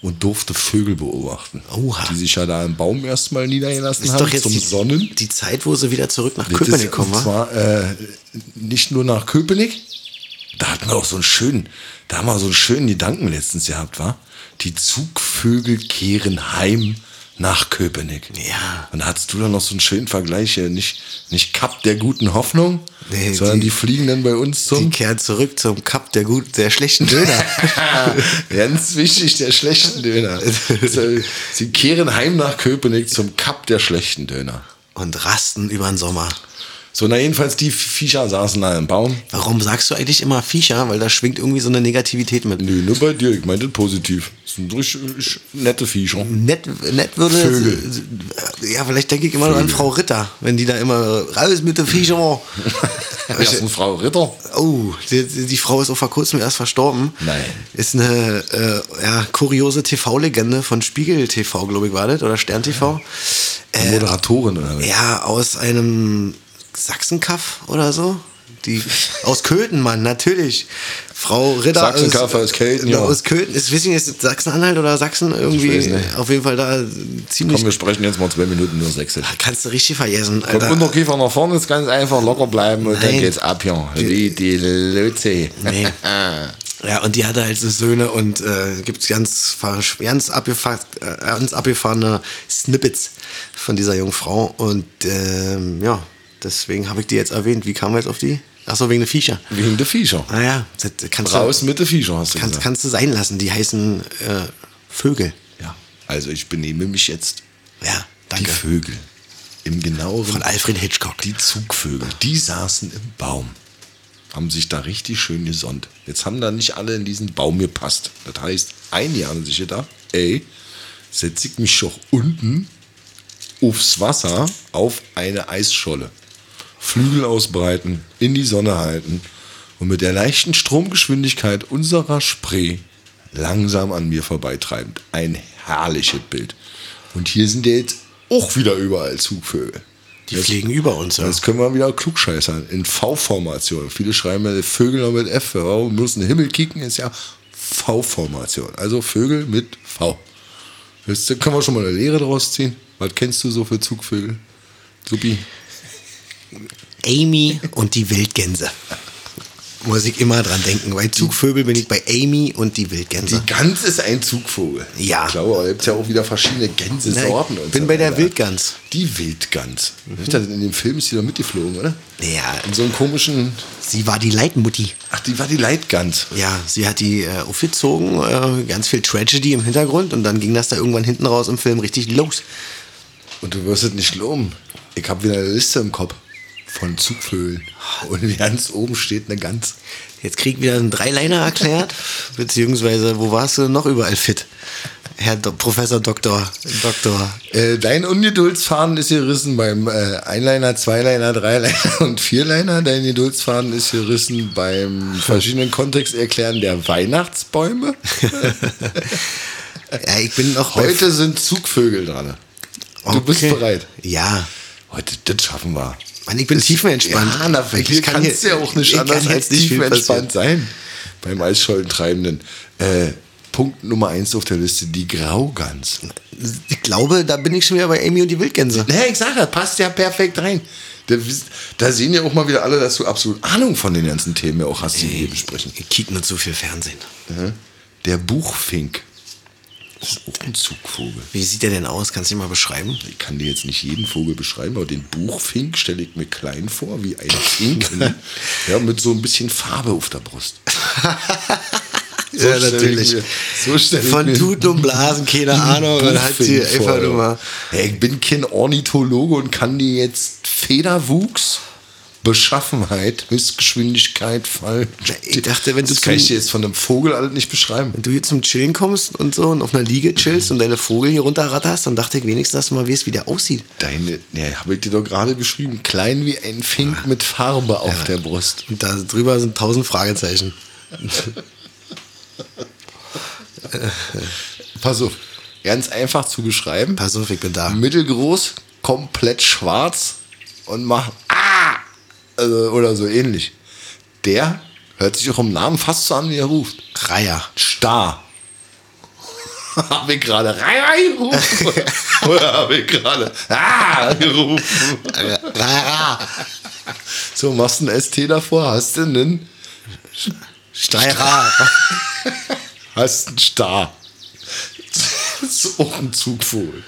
S4: und durfte Vögel beobachten.
S5: Oha.
S4: Die sich ja da im Baum erstmal niedergelassen haben zum
S5: die,
S4: Sonnen.
S5: die Zeit, wo sie wieder zurück nach
S4: Das
S5: Köpenick
S4: ist
S5: kommen.
S4: Und
S5: wa?
S4: zwar äh, nicht nur nach Köpenick. Da hatten wir auch so einen schönen, da haben wir so einen schönen Gedanken letztens gehabt, war. Die Zugvögel kehren heim nach Köpenick.
S5: Ja.
S4: Und da hattest du dann noch so einen schönen Vergleich hier. Nicht, nicht Kap der guten Hoffnung,
S5: Nee,
S4: sondern
S5: die-
S4: die, fliegen dann bei uns
S5: Die
S4: zum.
S5: kehren zurück zum Cup der gut, der schlechten Döner.
S4: Ganz wichtig, der schlechten Döner. So, Sie kehren heim nach Köpenick zum Kap der schlechten Döner.
S5: und rasten über den Sommer.
S4: So, na jedenfalls, die Viecher saßen da im Baum.
S5: Warum sagst du eigentlich immer Viecher? Weil da schwingt irgendwie so eine Negativität mit.
S4: Nö, nur bei dir. Ich meinte positiv. Das sind richtig, richtig nette Viecher.
S5: Nett, nett würde.
S4: Vögel.
S5: Ja, vielleicht denke ich immer nur an Frau Ritter, wenn die da immer raus mit dem Viecher.
S4: Das ist eine Frau Ritter.
S5: Oh, die, die Frau ist auch vor kurzem erst verstorben.
S4: Nein.
S5: Ist eine äh, ja, kuriose TV-Legende von Spiegel TV, glaube ich, war das, oder Stern TV.
S4: Eine Moderatorin oder was?
S5: Äh, Ja, aus einem Sachsenkaff oder so. Die, aus Köthen, Mann, natürlich. Frau Ritter.
S4: Sachsenkaff aus Köthen,
S5: ja.
S4: ja.
S5: Aus Köthen. Ist, weiß ich nicht, ist das Sachsen-Anhalt oder Sachsen irgendwie?
S4: Ich weiß nicht.
S5: Auf jeden Fall da ziemlich.
S4: Komm, wir sprechen jetzt mal zwei Minuten nur Sächsisch.
S5: kannst du richtig vergessen,
S4: Kommt
S5: Alter.
S4: Unterkiefer nach vorne, ist ganz einfach locker bleiben und
S5: Nein.
S4: dann geht's ab hier. Wie die Lütze.
S5: Nee. Ja, und die hatte halt so Söhne und äh, gibt's ganz, versch- ganz, abgefahr, äh, ganz abgefahrene Snippets von dieser jungen Frau. Und ähm, ja, deswegen habe ich die jetzt erwähnt. Wie kamen wir jetzt auf die? Achso, wegen der Viecher.
S4: Wegen der Viecher.
S5: Naja, das kannst du,
S4: Raus mit der Viecher, hast du
S5: Ah. kannst,
S4: gesagt.
S5: kannst du sein lassen. Die heißen äh, Vögel.
S4: Ja. Also ich benehme mich jetzt
S5: Ja,
S4: die
S5: danke.
S4: Vögel. Im genaueren
S5: Von Alfred Hitchcock.
S4: Die Zugvögel, die saßen im Baum. Haben sich da richtig schön gesonnt. Jetzt haben da nicht alle in diesen Baum gepasst. Das heißt, einige haben sich gedacht, ey, setze ich mich doch unten aufs Wasser auf eine Eisscholle. Flügel ausbreiten, in die Sonne halten und mit der leichten Stromgeschwindigkeit unserer Spree langsam an mir vorbeitreibend. Ein herrliches Bild. Und hier sind ja jetzt auch wieder überall Zugvögel.
S5: die fliegen über uns. Ja.
S4: Jetzt können wir wieder klugscheißern. In V-Formation. Viele schreiben ja Vögel noch mit F. Warum müssen Himmel kicken? Ist ja V-Formation. Also Vögel mit V. Jetzt können wir schon mal eine Lehre draus ziehen. Was kennst du so für Zugvögel? Supi.
S5: Amy und die Wildgänse. Muss ich immer dran denken. Bei Zugvögel bin ich bei Amy und die Wildgänse.
S4: Die Gans ist ein Zugvogel.
S5: Ja.
S4: Ich glaube, da gibt es ja auch wieder verschiedene Gänsesorten.
S5: Na, ich
S4: und
S5: bin
S4: so
S5: bei der
S4: weiter.
S5: Wildgans.
S4: Die Wildgans. Hab ich da- In dem Film ist die doch mitgeflogen, oder?
S5: Ja,
S4: In so einem komischen.
S5: sie war die Leitmutti.
S4: Ach, die war die Leitgans.
S5: Ja, sie hat die äh, aufgezogen, äh, ganz viel Tragedy im Hintergrund und dann ging das da irgendwann hinten raus im Film richtig los.
S4: Und du wirst es nicht loben. Ich habe wieder eine Liste im Kopf von Zugvögeln. Und ganz oben steht eine Gans.
S5: Jetzt krieg ich wieder einen Dreiliner erklärt, beziehungsweise wo warst du noch überall fit? Herr Do Professor Doktor, Doktor.
S4: Äh, dein Ungeduldsfaden ist gerissen beim äh, Einliner, Zweiliner, Dreiliner und Vierliner. Dein Geduldsfaden ist gerissen beim verschiedenen Kontext erklären der Weihnachtsbäume.
S5: Ja, ich bin noch bei-
S4: Heute sind Zugvögel dran. Du bist
S5: Okay.
S4: bereit.
S5: Ja,
S4: Heute, das schaffen wir.
S5: Mann, ich bin tiefenentspannt.
S4: Ja, na,
S5: Ich
S4: hier
S5: kann
S4: kann es
S5: hier-
S4: ja auch nicht
S5: hier
S4: anders
S5: kann
S4: als
S5: jetzt nicht viel
S4: tiefenentspannt sein. Beim Eisschollentreibenden. Äh, Punkt Nummer eins auf der Liste, die Graugans.
S5: ich glaube, da bin ich schon wieder bei Amy und die Wildgänse.
S4: Naja, ich sage, das passt ja perfekt rein. Da, wisst- da sehen ja auch mal wieder alle, dass du absolut Ahnung von den ganzen Themen ja auch hast, die wir hier besprechen. Mhm.
S5: Ich kick nur zu viel Fernsehen.
S4: Der Buchfink. Das ist auch ein Zugvogel.
S5: Wie sieht der denn aus? Kannst du ihn mal beschreiben?
S4: Ich kann dir jetzt nicht jeden Vogel beschreiben, aber den Buchfink stelle ich mir klein vor, wie ein Fink. ja, mit so ein bisschen Farbe auf der Brust. So
S5: ja,
S4: stell ich
S5: natürlich.
S4: mir- so stell ich
S5: Von
S4: mir-
S5: Tuten und Blasen, keine Ahnung. Dann hat sie
S4: Buchfink vor,
S5: einfach nur mal.
S4: ja. Ey, Ich bin kein Ornithologe und kann dir jetzt Federwuchs, Beschaffenheit, Höchstgeschwindigkeit, Fall.
S5: ich dachte, wenn du
S4: das kann
S5: zum-
S4: ich dir jetzt von einem Vogel alles nicht beschreiben.
S5: Wenn du hier zum Chillen kommst und so und auf einer Liege chillst und deine Vogel hier runterratterst, dann dachte ich wenigstens, dass du mal weißt, wie der aussieht.
S4: Deine, ja, habe ich dir doch gerade beschrieben, klein wie ein Fink mit Farbe auf der Brust.
S5: Und da drüber sind tausend Fragezeichen.
S4: Pass auf, ganz einfach zu beschreiben.
S5: Pass auf, ich bin da.
S4: Mittelgroß, komplett schwarz und macht ah! also, oder so ähnlich. Der hört sich auch im Namen fast so an, wie er ruft.
S5: Reier.
S4: Star. Hab ich gerade Reier gerufen? Oder- Oder habe ich gerade Ah gerufen?
S5: Reier.
S4: So, machst du einen ST davor, hast du einen,
S5: Steirer.
S4: hast einen Star. Das ist auch ein Zugvogel.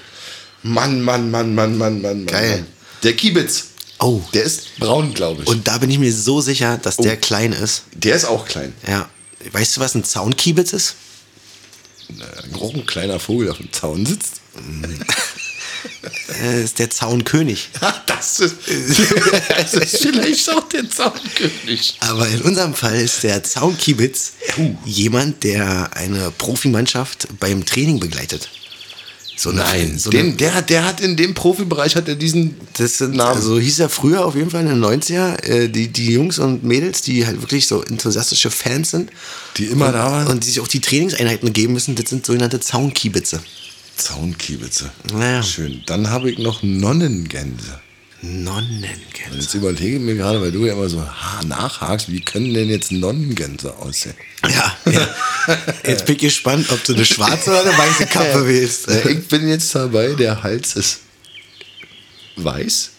S4: Mann, Mann, Mann, Mann, Mann, Mann, Mann.
S5: Geil.
S4: Mann. Der Kiebitz.
S5: Oh.
S4: Der ist braun, glaube ich.
S5: Und da bin ich mir so sicher, dass der klein ist.
S4: der ist auch klein.
S5: Ja. Weißt du, was ein Zaunkiebitz ist?
S4: Ein großer kleiner Vogel, der auf dem Zaun sitzt.
S5: Mhm. Äh, ist der Zaunkönig.
S4: Das ist, das ist vielleicht auch der Zaunkönig.
S5: Aber in unserem Fall ist der Zaunkiebitz
S4: Uh.
S5: jemand, der eine Profimannschaft beim Training begleitet. So eine- so eine-
S4: den, der, der hat in dem Profibereich hat er diesen
S5: Das sind,
S4: Namen.
S5: also hieß ja früher auf jeden Fall in den 90er, äh, die, die Jungs und Mädels, die halt wirklich so enthusiastische Fans sind.
S4: Die immer
S5: und,
S4: da waren.
S5: Und die sich auch die Trainingseinheiten geben müssen, das sind sogenannte Zaunkiebitze.
S4: Zaunkiebitze.
S5: Naja.
S4: Schön. Dann habe ich noch Nonnengänse. Und
S5: Nonnengänse.
S4: Jetzt überlege ich mir gerade, weil du ja immer so ha, nachhakst, wie können denn jetzt Nonnengänse aussehen?
S5: Ja, ja. Jetzt bin ich gespannt, ob du eine schwarze oder eine weiße Kappe wählst.
S4: Äh, ich bin jetzt dabei, der Hals ist weiß.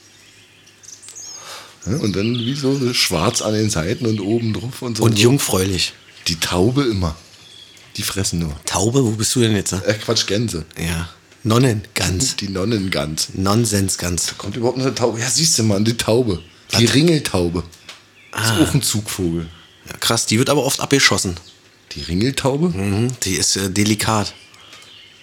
S4: Ja, Und dann wie so schwarz an den Seiten und oben drauf und so.
S5: Und jungfräulich.
S4: Die Taube immer. Die fressen nur.
S5: Taube, wo bist du denn jetzt? ne?
S4: Äh, Quatsch, Gänse.
S5: Ja. Nonnengans.
S4: Die Nonnengans.
S5: Nonsensgans.
S4: Kommt überhaupt noch eine Taube? Ja, siehst du, Mann, die Taube. Die Ringeltaube.
S5: Ah.
S4: Das ist auch ein Zugvogel.
S5: Ja, krass, die wird aber oft abgeschossen.
S4: Die Ringeltaube?
S5: Mhm, die ist äh, delikat.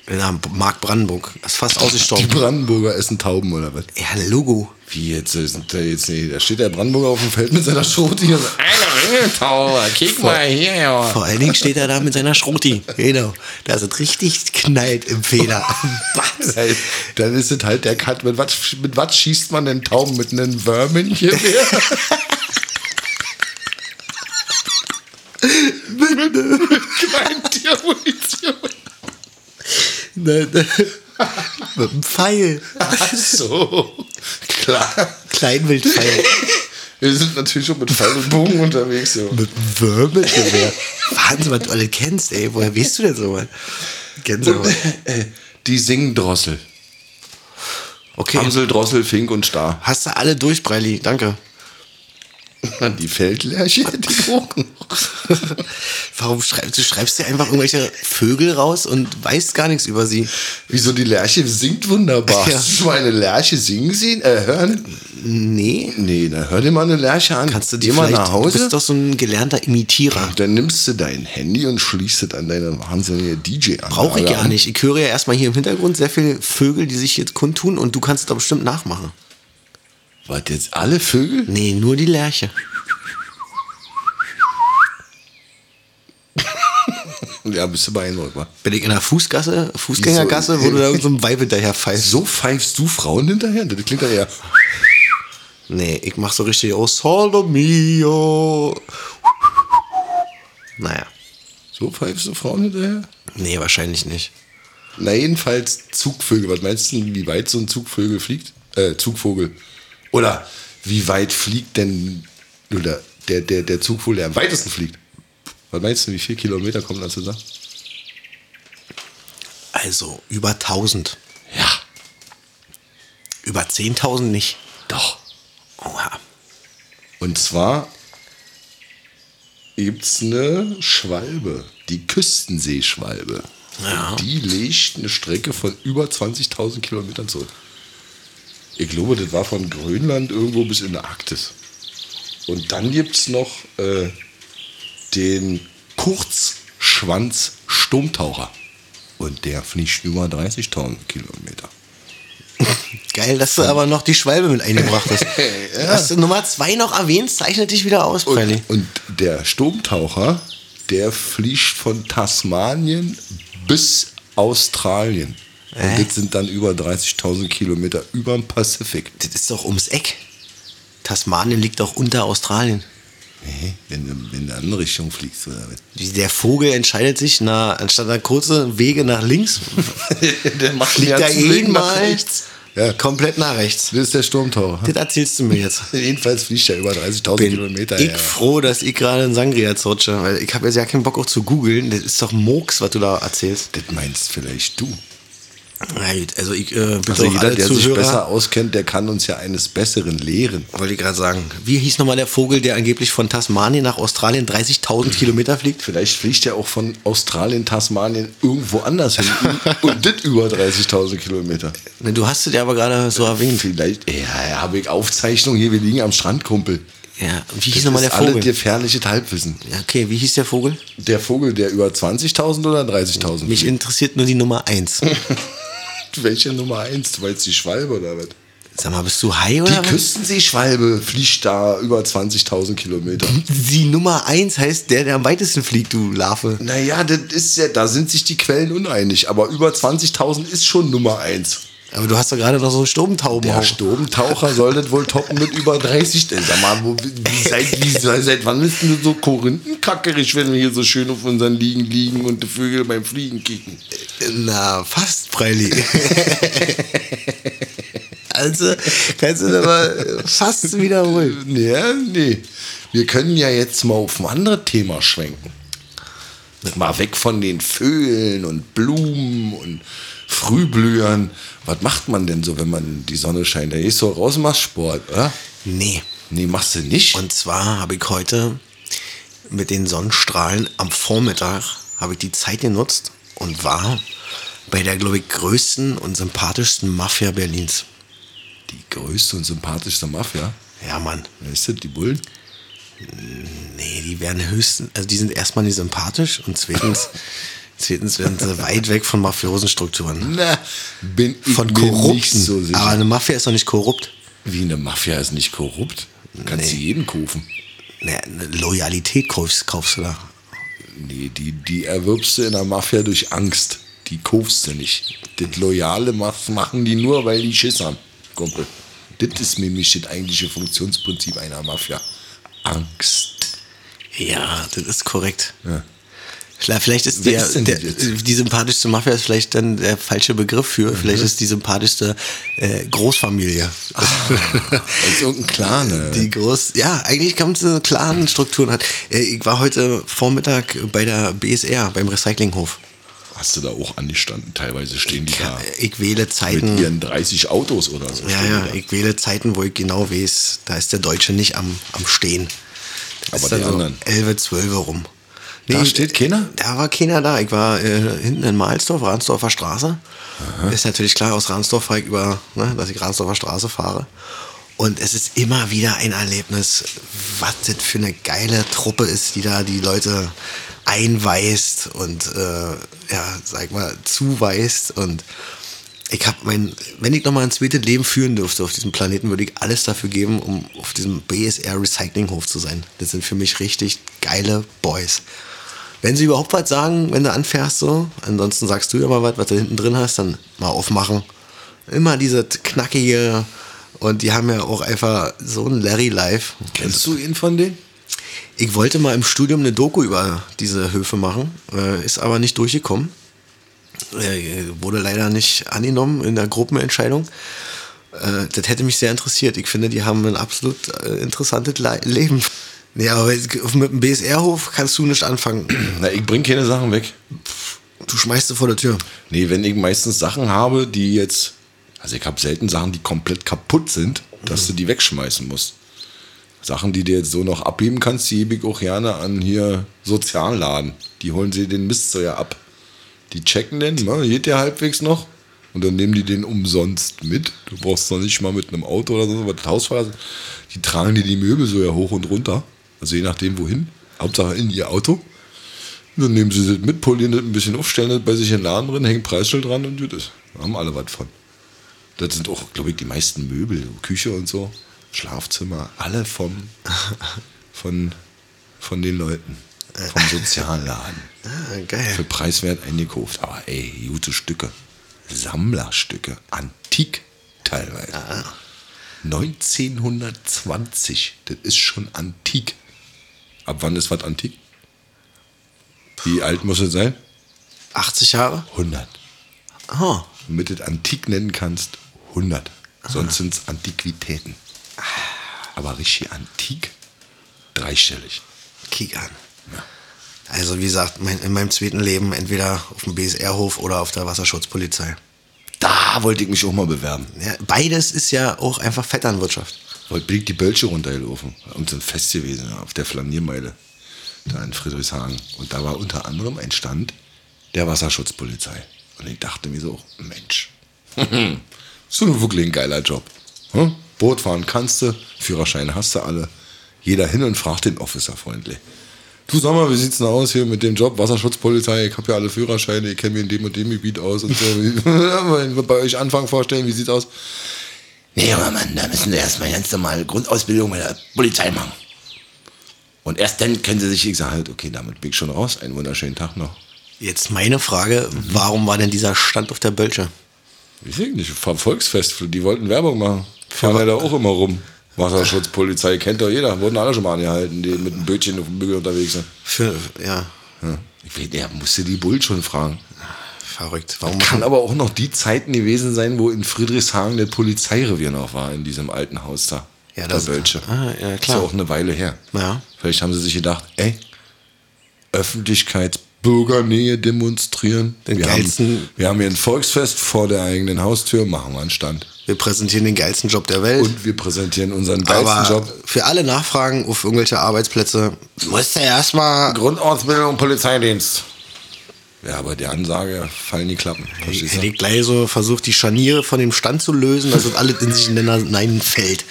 S5: In der Mark Brandenburg. Ist fast
S4: Die
S5: ausgestorben.
S4: Brandenburger essen Tauben oder was?
S5: Ja, Logo.
S4: Wie jetzt, äh, sind da jetzt nee, da steht der Brandenburger auf dem Feld mit seiner Schrote und sagt, eine Ringeltaube, kick mal hier, ja.
S5: Vor allen Dingen steht er da mit seiner Schroti. Genau. Da sind richtig knallt im Feder. Was?
S4: Ey, Dann ist es halt der Cut. Mit was, mit was schießt man den Tauben? Mit einem Würmchengewehr? Kein Tiermunition.
S5: Nein, nein. Mit einem Pfeil.
S4: Ach so. Klar.
S5: Kleinwildpfeil.
S4: Wir sind natürlich schon mit Pfeil und Bogen unterwegs. Jo.
S5: Mit einem Würmelgewehr. Wahnsinn, was du alle kennst, ey. Woher weißt du denn so, Mann? Gänsehaut.
S4: Äh, Die Singdrossel.
S5: Okay.
S4: Hamsel, Drossel, Fink und Star.
S5: Hast du alle durch, Breili. Danke.
S4: Dann die Feldlärche, die Bogen.
S5: Warum schreibst du schreibst dir einfach irgendwelche Vögel raus und weißt gar nichts über sie?
S4: Wieso die Lerche singt wunderbar?
S5: Ja.
S4: Ja. Hast du mal eine Lerche singen sehen? Äh, hören?
S5: Nee.
S4: Nee, dann hör dir mal eine Lerche an.
S5: Kannst du
S4: Geh
S5: die
S4: mal
S5: vielleicht,
S4: nach Hause?
S5: Du bist doch so ein gelernter Imitierer.
S4: dann nimmst du dein Handy und schließt es an deine wahnsinnige DJ an.
S5: Brauche ich gar nicht. Ich höre ja erstmal hier im Hintergrund sehr viele Vögel, die sich jetzt kundtun und du kannst es doch bestimmt nachmachen.
S4: Was jetzt alle Vögel?
S5: Nee, nur die Lerche.
S4: Ja, bist du beeindruckt, wa?
S5: Bin ich in der Fußgasse, Fußgängergasse, wo du da so ein Weib hinterher pfeifst?
S4: So pfeifst du Frauen hinterher? Das klingt doch eher.
S5: Nee, ich mach so richtig, oh Solo mio. Naja,
S4: So pfeifst du Frauen hinterher?
S5: nee, wahrscheinlich nicht.
S4: Na, jedenfalls Zugvögel. Was meinst du, denn, wie weit so ein Zugvögel fliegt? Äh, Zugvogel. Oder wie weit fliegt denn. Oder der, der, der Zugvogel, der am weitesten fliegt? Was meinst du, wie viel Kilometer kommen da zusammen?
S5: Also, über 1000.
S4: Ja,
S5: Über 10.000 nicht.
S4: doch.
S5: Oha.
S4: Und zwar gibt's eine Schwalbe, die Küstenseeschwalbe.
S5: Ja.
S4: Die legt eine Strecke von über 20.000 Kilometern zurück. Ich glaube, das war von Grönland irgendwo bis in die Arktis. Und dann gibt's noch äh, den Kurzschwanz-Sturmtaucher. Und der fliegt über 30.000 Kilometer.
S5: Geil, dass du aber noch die Schwalbe mit eingebracht hast. Dass du Nummer 2 noch erwähnst, zeichnet dich wieder aus, Bradley.
S4: Und, und der Sturmtaucher, der fliegt von Tasmanien bis Australien.
S5: Äh?
S4: Und das sind dann über 30.000 Kilometer über dem Pazifik.
S5: Das ist doch ums Eck. Tasmanien liegt doch unter Australien.
S4: Nee, wenn, du- wenn du in eine andere Richtung fliegst oder was?
S5: Wie Der Vogel entscheidet sich, na, anstatt einer kurzen Wege nach links,
S4: der macht
S5: fliegt er eh mal
S4: Ja.
S5: komplett nach rechts.
S4: Das ist der Sturmtaucher.
S5: Das erzählst du mir jetzt.
S4: Jedenfalls fliegt er über 30.000
S5: Bin
S4: Kilometer.
S5: ich
S4: ja.
S5: froh, dass ich gerade in Sangria zutsche, weil ich habe jetzt ja keinen Bock auch zu googeln. Das ist doch Murks, was du da erzählst.
S4: Das meinst vielleicht du.
S5: Na gut, also ich äh, bitte
S4: Also
S5: auch
S4: jeder,
S5: alle
S4: der sich
S5: Zuhörer,
S4: besser auskennt, der kann uns ja eines Besseren lehren.
S5: wollte ich gerade sagen, wie hieß nochmal der Vogel, der angeblich von Tasmanien nach Australien 30.000 Kilometer fliegt?
S4: Vielleicht fliegt er auch von Australien, Tasmanien irgendwo anders hin. und das über 30.000 Kilometer.
S5: Ne, Du hast es ja aber gerade so erwähnt.
S4: Vielleicht, ja, ja habe ich Aufzeichnungen hier, wir liegen am Strand, Kumpel.
S5: Ja, wie
S4: Das
S5: hieß nochmal der
S4: ist alle
S5: Vogel?
S4: gefährliche Halbwissen.
S5: Ja, Okay, wie hieß der Vogel?
S4: Der Vogel, der über 20.000 oder 30.000
S5: Mich
S4: fliegt?
S5: interessiert nur die Nummer 1.
S4: Welche Nummer 1? Du meinst die Schwalbe oder was?
S5: Sag mal, bist du high
S4: Die
S5: oder was?
S4: Küstenseeschwalbe fliegt da über 20.000 Kilometer.
S5: Hm. Die Nummer 1 heißt der, der am weitesten fliegt, du Larve.
S4: Naja, das ist ja, da sind sich die Quellen uneinig, aber über 20.000 ist schon Nummer 1.
S5: Aber du hast doch gerade noch so einen Sturmtauben.
S4: Der
S5: auch.
S4: Sturmtaucher soll das wohl toppen mit über 30. Ey, Sag mal, wo, wie, seit, wie, seit wann bist du so korinthenkackerisch, wenn wir hier so schön auf unseren Liegen liegen und die Vögel beim Fliegen kicken?
S5: Na, fast, Freili. also, kannst du das mal fast wiederholen.
S4: Ja, Äh, nee. Wir können ja jetzt mal auf ein anderes Thema schwenken. Mal weg von den Vögeln und Blumen und Frühblühern. Was macht man denn so, wenn man die Sonne scheint? Da gehst du raus und machst Sport, oder?
S5: Nee.
S4: Nee, machst du nicht.
S5: Und zwar habe ich heute mit den Sonnenstrahlen am Vormittag habe ich die Zeit genutzt und war bei der, glaube ich, größten und sympathischsten Mafia Berlins.
S4: die größte und sympathischste Mafia.
S5: Ja, Mann.
S4: Weißt du, die Bullen?
S5: Nee, die werden höchstens, also die sind erstmal nicht sympathisch und zweitens, zweitens werden sie weit weg von mafiösen Strukturen.
S4: Na, bin ich
S5: Von
S4: mir nicht
S5: korrupten. Ah.
S4: so sicher.
S5: Aber eine Mafia ist doch nicht korrupt.
S4: Wie eine Mafia ist nicht korrupt. Kannst du
S5: Nee.
S4: jeden kaufen.
S5: Naja, eine Loyalität kaufst, kaufst du da.
S4: Nee, die, die erwirbst du in der Mafia durch Angst. Die kaufst du nicht. Das Loyale mach- machen die nur, weil die Schiss haben, Kumpel. Das ist nämlich das eigentliche Funktionsprinzip einer Mafia. Angst.
S5: Ja, das ist korrekt.
S4: Ja.
S5: Klar, Vielleicht ist
S4: Wer
S5: der,
S4: ist denn
S5: der, äh,
S4: das jetzt? Mhm.
S5: die sympathischste Mafia ist vielleicht dann der falsche Begriff für. Vielleicht ist die sympathischste äh, Großfamilie.
S4: Als irgendein Clan. äh,
S5: Die groß, ja, eigentlich kommt es in klaren Strukturen hat. Äh, Ich war heute Vormittag bei der BSR, beim Recyclinghof.
S4: hast du da auch angestanden? Teilweise stehen die da
S5: Ich wähle
S4: mit
S5: Zeiten.
S4: ihren 30 Autos oder so.
S5: Ja,
S4: stehen
S5: ja,
S4: die da.
S5: ich wähle Zeiten, wo ich genau weiß, da ist der Deutsche nicht am, am Stehen.
S4: Aber
S5: ist
S4: die
S5: dann so
S4: anderen?
S5: 11, 12 rum.
S4: Da steht keiner?
S5: Da war keiner da. Ich war äh, hinten in Mahlsdorf, Ransdorfer Straße. Ist natürlich klar, aus Ransdorf fahre ich über, ne, dass ich Ransdorfer Straße fahre. Und es ist immer wieder ein Erlebnis, was das für eine geile Truppe ist, die da die Leute einweist und, äh, ja, sag mal, zuweist. Und ich habe mein, wenn ich nochmal ein zweites Leben führen dürfte auf diesem Planeten, würde ich alles dafür geben, um auf diesem BSR Recyclinghof zu sein. Das sind für mich richtig geile Boys. Wenn sie überhaupt was sagen, wenn du anfährst, so, ansonsten sagst du ja mal was, was du hinten drin hast, dann mal aufmachen. Immer diese knackige, und die haben ja auch einfach so ein Larry Life.
S4: Kennst du ihn von denen?
S5: Ich wollte mal im Studium eine Doku über diese Höfe machen, äh, ist aber nicht durchgekommen. Äh, wurde leider nicht angenommen in der Gruppenentscheidung. Äh, das hätte mich sehr interessiert. Ich finde, die haben ein absolut äh, interessantes Le Leben. Ja, aber mit dem BSR-Hof kannst du nicht anfangen.
S4: Na, ich bring keine Sachen weg.
S5: Du schmeißt sie vor der Tür.
S4: Nee, wenn ich meistens Sachen habe, die jetzt. Also ich habe selten Sachen, die komplett kaputt sind, dass du die wegschmeißen musst. Sachen, die du jetzt so noch abheben kannst, die hebe ich auch gerne an hier Sozialladen. Die holen sie den Mist so ja ab. Die checken den, ne, geht der halbwegs noch. Und dann nehmen die den umsonst mit. Du brauchst doch nicht mal mit einem Auto oder so, weil das Hausfahrer Die tragen dir die Möbel so ja hoch und runter. Also je nachdem wohin. Hauptsache in ihr Auto. Dann nehmen sie das mit, polieren das ein bisschen auf, stellen das bei sich in den Laden drin, hängen Preisschild dran und gut ist. Da haben alle was von. Das sind auch, glaube ich, die meisten Möbel, so Küche und so, Schlafzimmer, alle vom, von, von den Leuten, vom Sozialladen.
S5: Ah,
S4: Für
S5: geil.
S4: preiswert eingekauft. Aber ey, gute Stücke. Sammlerstücke, antik teilweise. 1920, das ist schon antik. Ab wann ist was antik? Wie alt muss es sein?
S5: 80 Jahre?
S4: 100.
S5: Oh.
S4: Damit du es antik nennen kannst, 100. Sonst sind es Antiquitäten. Aber richtig antik, dreistellig.
S5: Kick an. Also wie gesagt, mein, in meinem zweiten Leben entweder auf dem BSR-Hof oder auf der Wasserschutzpolizei.
S4: Da wollte ich mich auch mal bewerben.
S5: Ja, beides ist ja auch einfach Vetternwirtschaft.
S4: Heute bin ich die Bölsche runtergelaufen. Und sind fest gewesen ja, auf der Flaniermeile. Da in Friedrichshagen. Und da war unter anderem ein Stand der Wasserschutzpolizei. Und ich dachte mir so, Mensch, so ein wirklich ein geiler Job. Hm? Boot fahren kannst du, Führerschein hast du alle. Jeder hin und fragt den Officer freundlich. Du sag mal, wie sieht's denn aus hier mit dem Job Wasserschutzpolizei? Ich hab ja alle Führerscheine, ich kenne mich in dem und dem Gebiet aus und so. Wenn wir bei euch Anfang vorstellen, wie sieht's aus? Nee, junger Mann, da müssen Sie erstmal ganz normale Grundausbildung bei der Polizei machen. Und erst dann können Sie sich, ich sage halt, okay, damit bin ich schon raus. Einen wunderschönen Tag noch.
S5: Jetzt meine Frage,
S4: Mhm.
S5: warum war denn dieser Stand auf der Bölsche?
S4: Ich denke nicht, vom Volksfest, die wollten Werbung machen. Fahren ja da auch immer rum. Wasserschutzpolizei kennt doch jeder. Wurden alle schon mal angehalten, die mit einem Bötchen auf dem Bügel unterwegs sind.
S5: Für, ja,
S4: Ja. Ich weiß, der musste die Bull schon fragen.
S5: verrückt. Warum
S4: Kann aber auch noch die Zeiten gewesen sein, wo in Friedrichshagen der Polizeirevier noch war, in diesem alten Haus da.
S5: Ja,
S4: Auf
S5: das-
S4: der Bölsche.
S5: Ah, ja, klar.
S4: Ist ja auch eine Weile her.
S5: Ja.
S4: Vielleicht haben sie sich gedacht, ey, Öffentlichkeitsbürgernähe demonstrieren.
S5: Den
S4: wir,
S5: geilsten-
S4: haben, wir haben hier ein Volksfest vor der eigenen Haustür, machen wir einen Stand.
S5: wir präsentieren den geilsten Job der Welt.
S4: Und wir präsentieren unseren
S5: aber
S4: geilsten Job.
S5: für alle Nachfragen auf irgendwelche Arbeitsplätze musst du erstmal
S4: Grundausbildung, Polizeidienst. Ja, aber der Ansage fallen die Klappen. Verstehst du?
S5: Hätte ich gleich so versucht, die Scharniere von dem Stand zu lösen, dass das alles in sich ineinander fällt.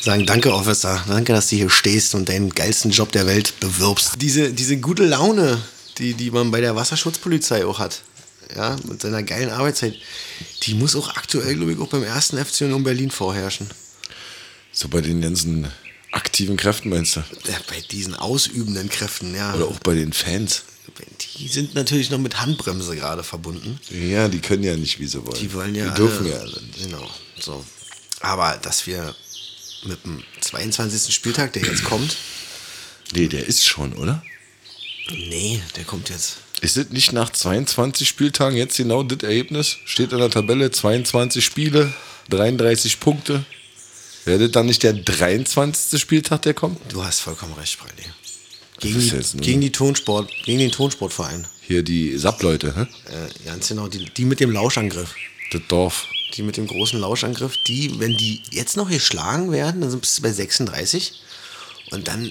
S5: Sagen, danke, Officer. Danke, dass du hier stehst und deinen geilsten Job der Welt bewirbst. Diese, diese gute Laune, die, die man bei der Wasserschutzpolizei auch hat. Ja, mit seiner geilen Arbeitszeit. Die muss auch aktuell, glaube ich, auch beim ersten FC Union Berlin vorherrschen.
S4: So bei den ganzen aktiven Kräften meinst du?
S5: Ja, bei diesen ausübenden Kräften, ja.
S4: Oder auch bei den Fans?
S5: Die sind natürlich noch mit Handbremse gerade verbunden.
S4: Ja, die können ja nicht, wie sie wollen.
S5: Äh, Die wollen ja.
S4: Die dürfen
S5: alle,
S4: ja alle nicht.
S5: Genau. So. Aber dass wir mit dem 22. Spieltag, der jetzt kommt,
S4: Nee, der ist schon, oder?
S5: nee, der kommt jetzt.
S4: Ist es nicht nach 22 Spieltagen jetzt genau das Ergebnis? Steht in der Tabelle 22 Spiele, 33 Punkte. Wäre das dann nicht der 23. Spieltag, der kommt?
S5: Du hast vollkommen recht, Breidi.
S4: Das
S5: Gegen,
S4: ist
S5: die-
S4: jetzt nur-
S5: gegen, die Tonsport, gegen den Tonsportverein.
S4: Hier die Sapp-Leute, hä?
S5: Äh, ganz genau, die, die mit dem Lauschangriff.
S4: Das Dorf.
S5: Die mit dem großen Lauschangriff, die, wenn die jetzt noch geschlagen werden, dann sind wir bei 36. Und dann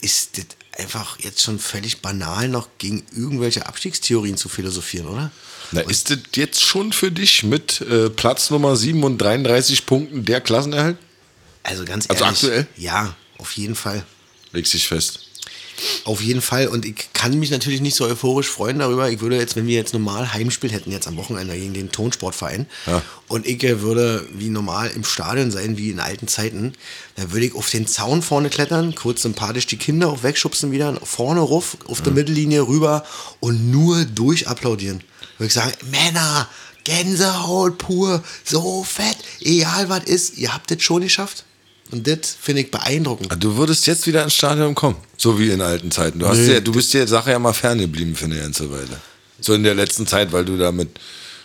S5: ist das einfach jetzt schon völlig banal, noch gegen irgendwelche Abstiegstheorien zu philosophieren, oder?
S4: Na, ist das jetzt schon für dich mit äh, Platz Nummer 7 und 33 Punkten der Klassenerhalt?
S5: Also ganz ehrlich.
S4: Also aktuell?
S5: Ja, auf jeden Fall.
S4: Legst dich fest.
S5: Auf jeden Fall. Und ich kann mich natürlich nicht so euphorisch freuen darüber. Ich würde jetzt, wenn wir jetzt normal Heimspiel hätten, jetzt am Wochenende gegen den Tonsportverein,
S4: Ja.
S5: und ich äh, würde wie normal im Stadion sein, wie in alten Zeiten, dann würde ich auf den Zaun vorne klettern, kurz sympathisch die Kinder auch wegschubsen wieder, vorne ruf, auf der Mittellinie rüber und nur durchapplaudieren. Würde ich sagen, Männer, Gänsehaut pur, so fett, egal was ist, ihr habt das schon geschafft. Und das finde ich beeindruckend.
S4: Also Du würdest jetzt wieder ins Stadion kommen. So wie in alten Zeiten. Du, hast
S5: Nee.
S4: ja, du bist der Sache ja mal ferngeblieben für eine ganze Weile. So in der letzten Zeit, weil du da mit,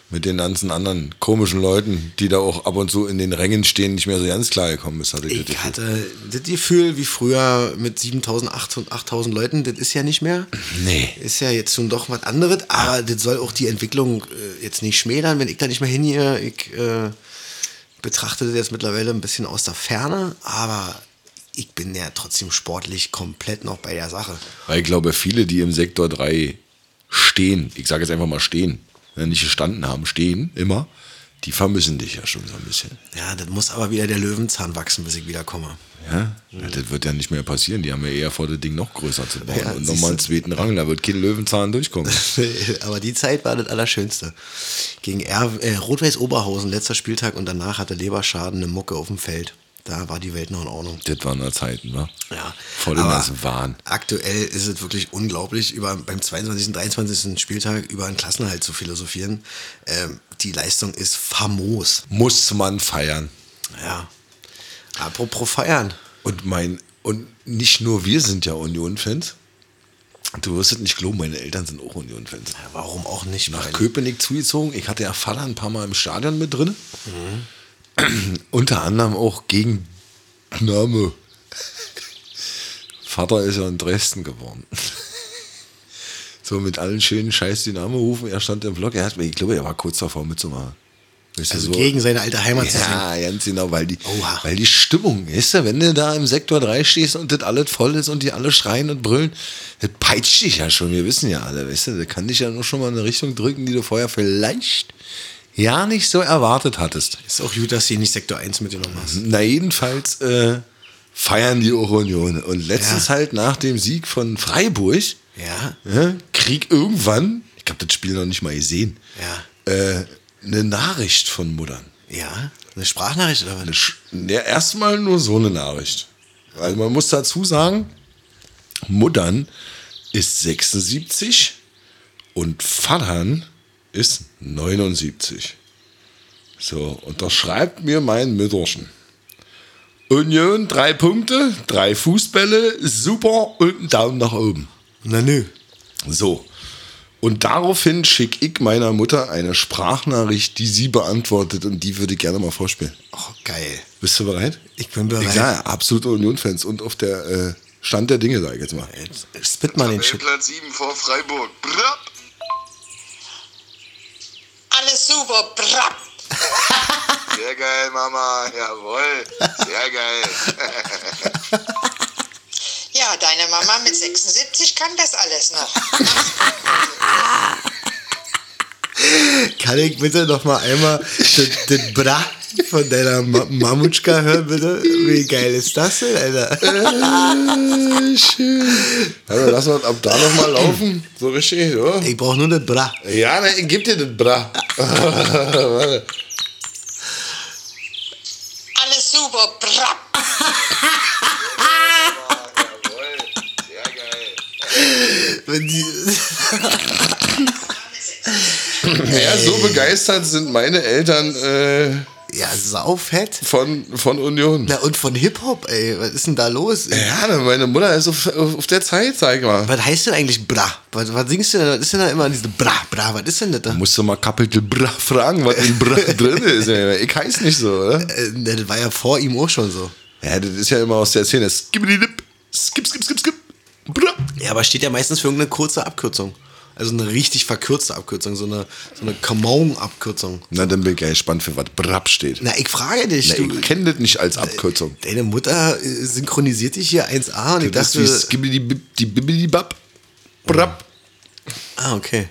S4: mit den ganzen anderen komischen Leuten, die da auch ab und zu in den Rängen stehen, nicht mehr so ganz klar gekommen bist. Hatte ich das
S5: Ich
S4: Gefühl.
S5: hatte das Gefühl, wie früher mit 7000, 8000 8000 Leuten, das ist ja nicht mehr.
S4: Nee.
S5: Ist ja jetzt schon doch was anderes, aber das soll auch die Entwicklung äh, jetzt nicht schmälern. Wenn ich da nicht mehr hingehe, ich äh, betrachte das jetzt mittlerweile ein bisschen aus der Ferne, aber ich bin ja trotzdem sportlich komplett noch bei der Sache.
S4: Weil ich glaube, viele, die im Sektor 3 stehen, ich sage jetzt einfach mal stehen, wenn nicht gestanden haben, stehen immer, die vermissen dich ja schon so ein bisschen.
S5: Ja, das muss aber wieder der Löwenzahn wachsen, bis ich wiederkomme.
S4: Ja? Ja, das wird ja nicht mehr passieren. Die haben ja eher vor, das Ding noch größer zu bauen
S5: Ja,
S4: und
S5: siehst du.
S4: nochmal einen zweiten Rang. Da wird kein Löwenzahn durchkommen.
S5: aber die Zeit war das Allerschönste. Gegen R äh, Rot-Weiß Oberhausen, letzter Spieltag und danach hatte Leberschaden eine Mucke auf dem Feld. Da war die Welt noch in Ordnung.
S4: das waren da Zeiten, ne?
S5: Ja,
S4: Voll in
S5: aber
S4: das Wahn.
S5: Aktuell ist es wirklich unglaublich, über, beim 22. 23. Spieltag über einen Klassenhalt zu philosophieren. Ähm, die Leistung ist famos.
S4: Muss man feiern.
S5: Ja. Apropos feiern.
S4: Und mein, und nicht nur wir sind ja Union-Fans. Du wirst es nicht glauben, meine Eltern sind auch Union-Fans.
S5: Warum auch nicht?
S4: nach
S5: Meine-
S4: Köpenick zugezogen. Ich hatte ja Vater ein paar Mal im Stadion mit drin. Unter anderem auch gegen Name. Vater ist ja in Dresden geboren. so mit allen schönen Scheiß die Namen rufen. Er stand im Vlog. Er hat, ich glaube, er war kurz davor mitzumachen. Weißt du,
S5: also gegen seine alte Heimat zu sein.
S4: ja, ganz genau, weil die,
S5: Oha.
S4: weil die Stimmung, weißt du, wenn du da im Sektor 3 stehst und das alles voll ist und die alle schreien und brüllen, das peitscht dich ja schon, wir wissen ja alle, weißt du, das kann dich ja nur schon mal in eine Richtung drücken, die du vorher vielleicht ja nicht so erwartet hattest.
S5: Ist auch gut, dass du nicht Sektor 1 mitgenommen hast.
S4: Na, jedenfalls äh, feiern die auch Union. Und letztens
S5: Ja.
S4: halt nach dem Sieg von Freiburg,
S5: Ja.
S4: ja, krieg irgendwann, ich habe das Spiel noch nicht mal gesehen,
S5: Ja.
S4: äh, eine Nachricht von Muttern.
S5: Ja. Eine Sprachnachricht oder was?
S4: Eine Sch- Ja, erstmal nur so eine Nachricht. Also man muss dazu sagen, Muttern ist 76 und Vatern ist 79. So, und das schreibt mir mein Mütterchen. Union, drei Punkte, drei Fußbälle, super und einen Daumen nach oben.
S5: Na nö.
S4: So. Und daraufhin schicke ich meiner Mutter eine Sprachnachricht, die sie beantwortet und die würde ich gerne mal vorspielen.
S5: Oh, geil.
S4: Bist du bereit?
S5: Ich bin bereit.
S4: Egal, absolute Union-Fans und auf der äh, Stand der Dinge, sag ich jetzt mal.
S5: Jetzt spit mal den Shit.
S1: Platz 7 vor Freiburg. Brapp.
S6: Alles super, brapp.
S1: Sehr geil, Mama. Jawohl. Sehr geil.
S6: Ja, deine Mama mit 76 kann das alles noch.
S5: Kann ich bitte noch mal einmal das, das Bra Von deiner Ma Mamutschka hören, bitte. Wie geil ist das denn, Alter?
S4: Also lassen wir das ab da nochmal laufen. So richtig, oder?
S5: Ich brauche nur das Bra.
S4: Ja, ne, ich geb dir das Bra. Warte.
S6: Alles super, brapp.
S7: Jawohl, sehr geil.
S5: Wenn die,
S4: ja, so begeistert sind meine Eltern äh,
S5: ja, saufett.
S4: von, von Union.
S5: Na und von Hip-Hop, ey. Was ist denn da los?
S4: Ja, ne, meine Mutter ist auf, auf auf der Zeit, sag ich mal.
S5: Was heißt denn eigentlich Bra? Was, was singst du denn? da? Was ist denn da immer diese Bra, Bra? Was ist denn das da?
S4: Musst du mal Kapitel Bra fragen, was in Bra drin ist. ey. Ich heiß nicht so, oder?
S5: Äh, na, das war ja vor ihm auch schon so.
S4: Ja, das ist ja immer aus der Szene. Skibididip, skip, skip, skip, skip. Bra.
S5: Ja, aber steht ja meistens für irgendeine kurze Abkürzung. Also eine richtig verkürzte Abkürzung, so eine, so eine Kamon-Abkürzung.
S4: Na, dann bin ich ja gespannt, für was Brab steht.
S5: Na, ich frage dich,
S4: Na,
S5: du,
S4: ich kenne das nicht als Abkürzung.
S5: deine Mutter äh, synchronisiert dich hier 1A und ich
S4: Äh, Das ist wie
S5: dachte,
S4: Skibidibib, die Bibidibab. Brab.
S5: ah, okay.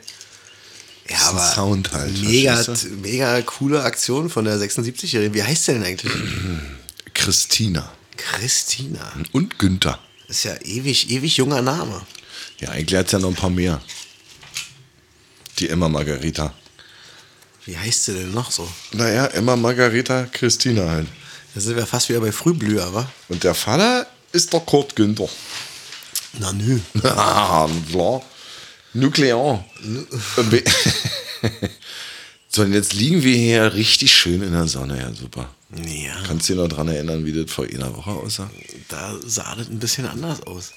S5: Ja,
S4: ist ein
S5: aber
S4: Sound halt,
S5: mega,
S4: verstehst
S5: mega coole Aktion von der 76-Jährigen. Wie heißt sie denn eigentlich?
S4: Christina.
S5: Christina.
S4: Und Günther.
S5: Ist ja ewig, ewig junger Name.
S4: Ja, eigentlich hat ja noch ein paar mehr. Die Emma Margarita.
S5: Wie heißt sie denn noch so?
S4: Naja, Emma Margarita Christina halt.
S5: Da sind wir fast wieder bei Frühblüher, wa?
S4: Und der Vater ist der Kurt Günther.
S5: Na nö.
S4: Ah, klar. Nuklear. Be- so, und jetzt liegen wir hier richtig schön in der Sonne, ja, super.
S5: Ja,
S4: Kannst du dich noch dran erinnern, wie das vor einer Woche aussah?
S5: da sah das ein bisschen anders aus.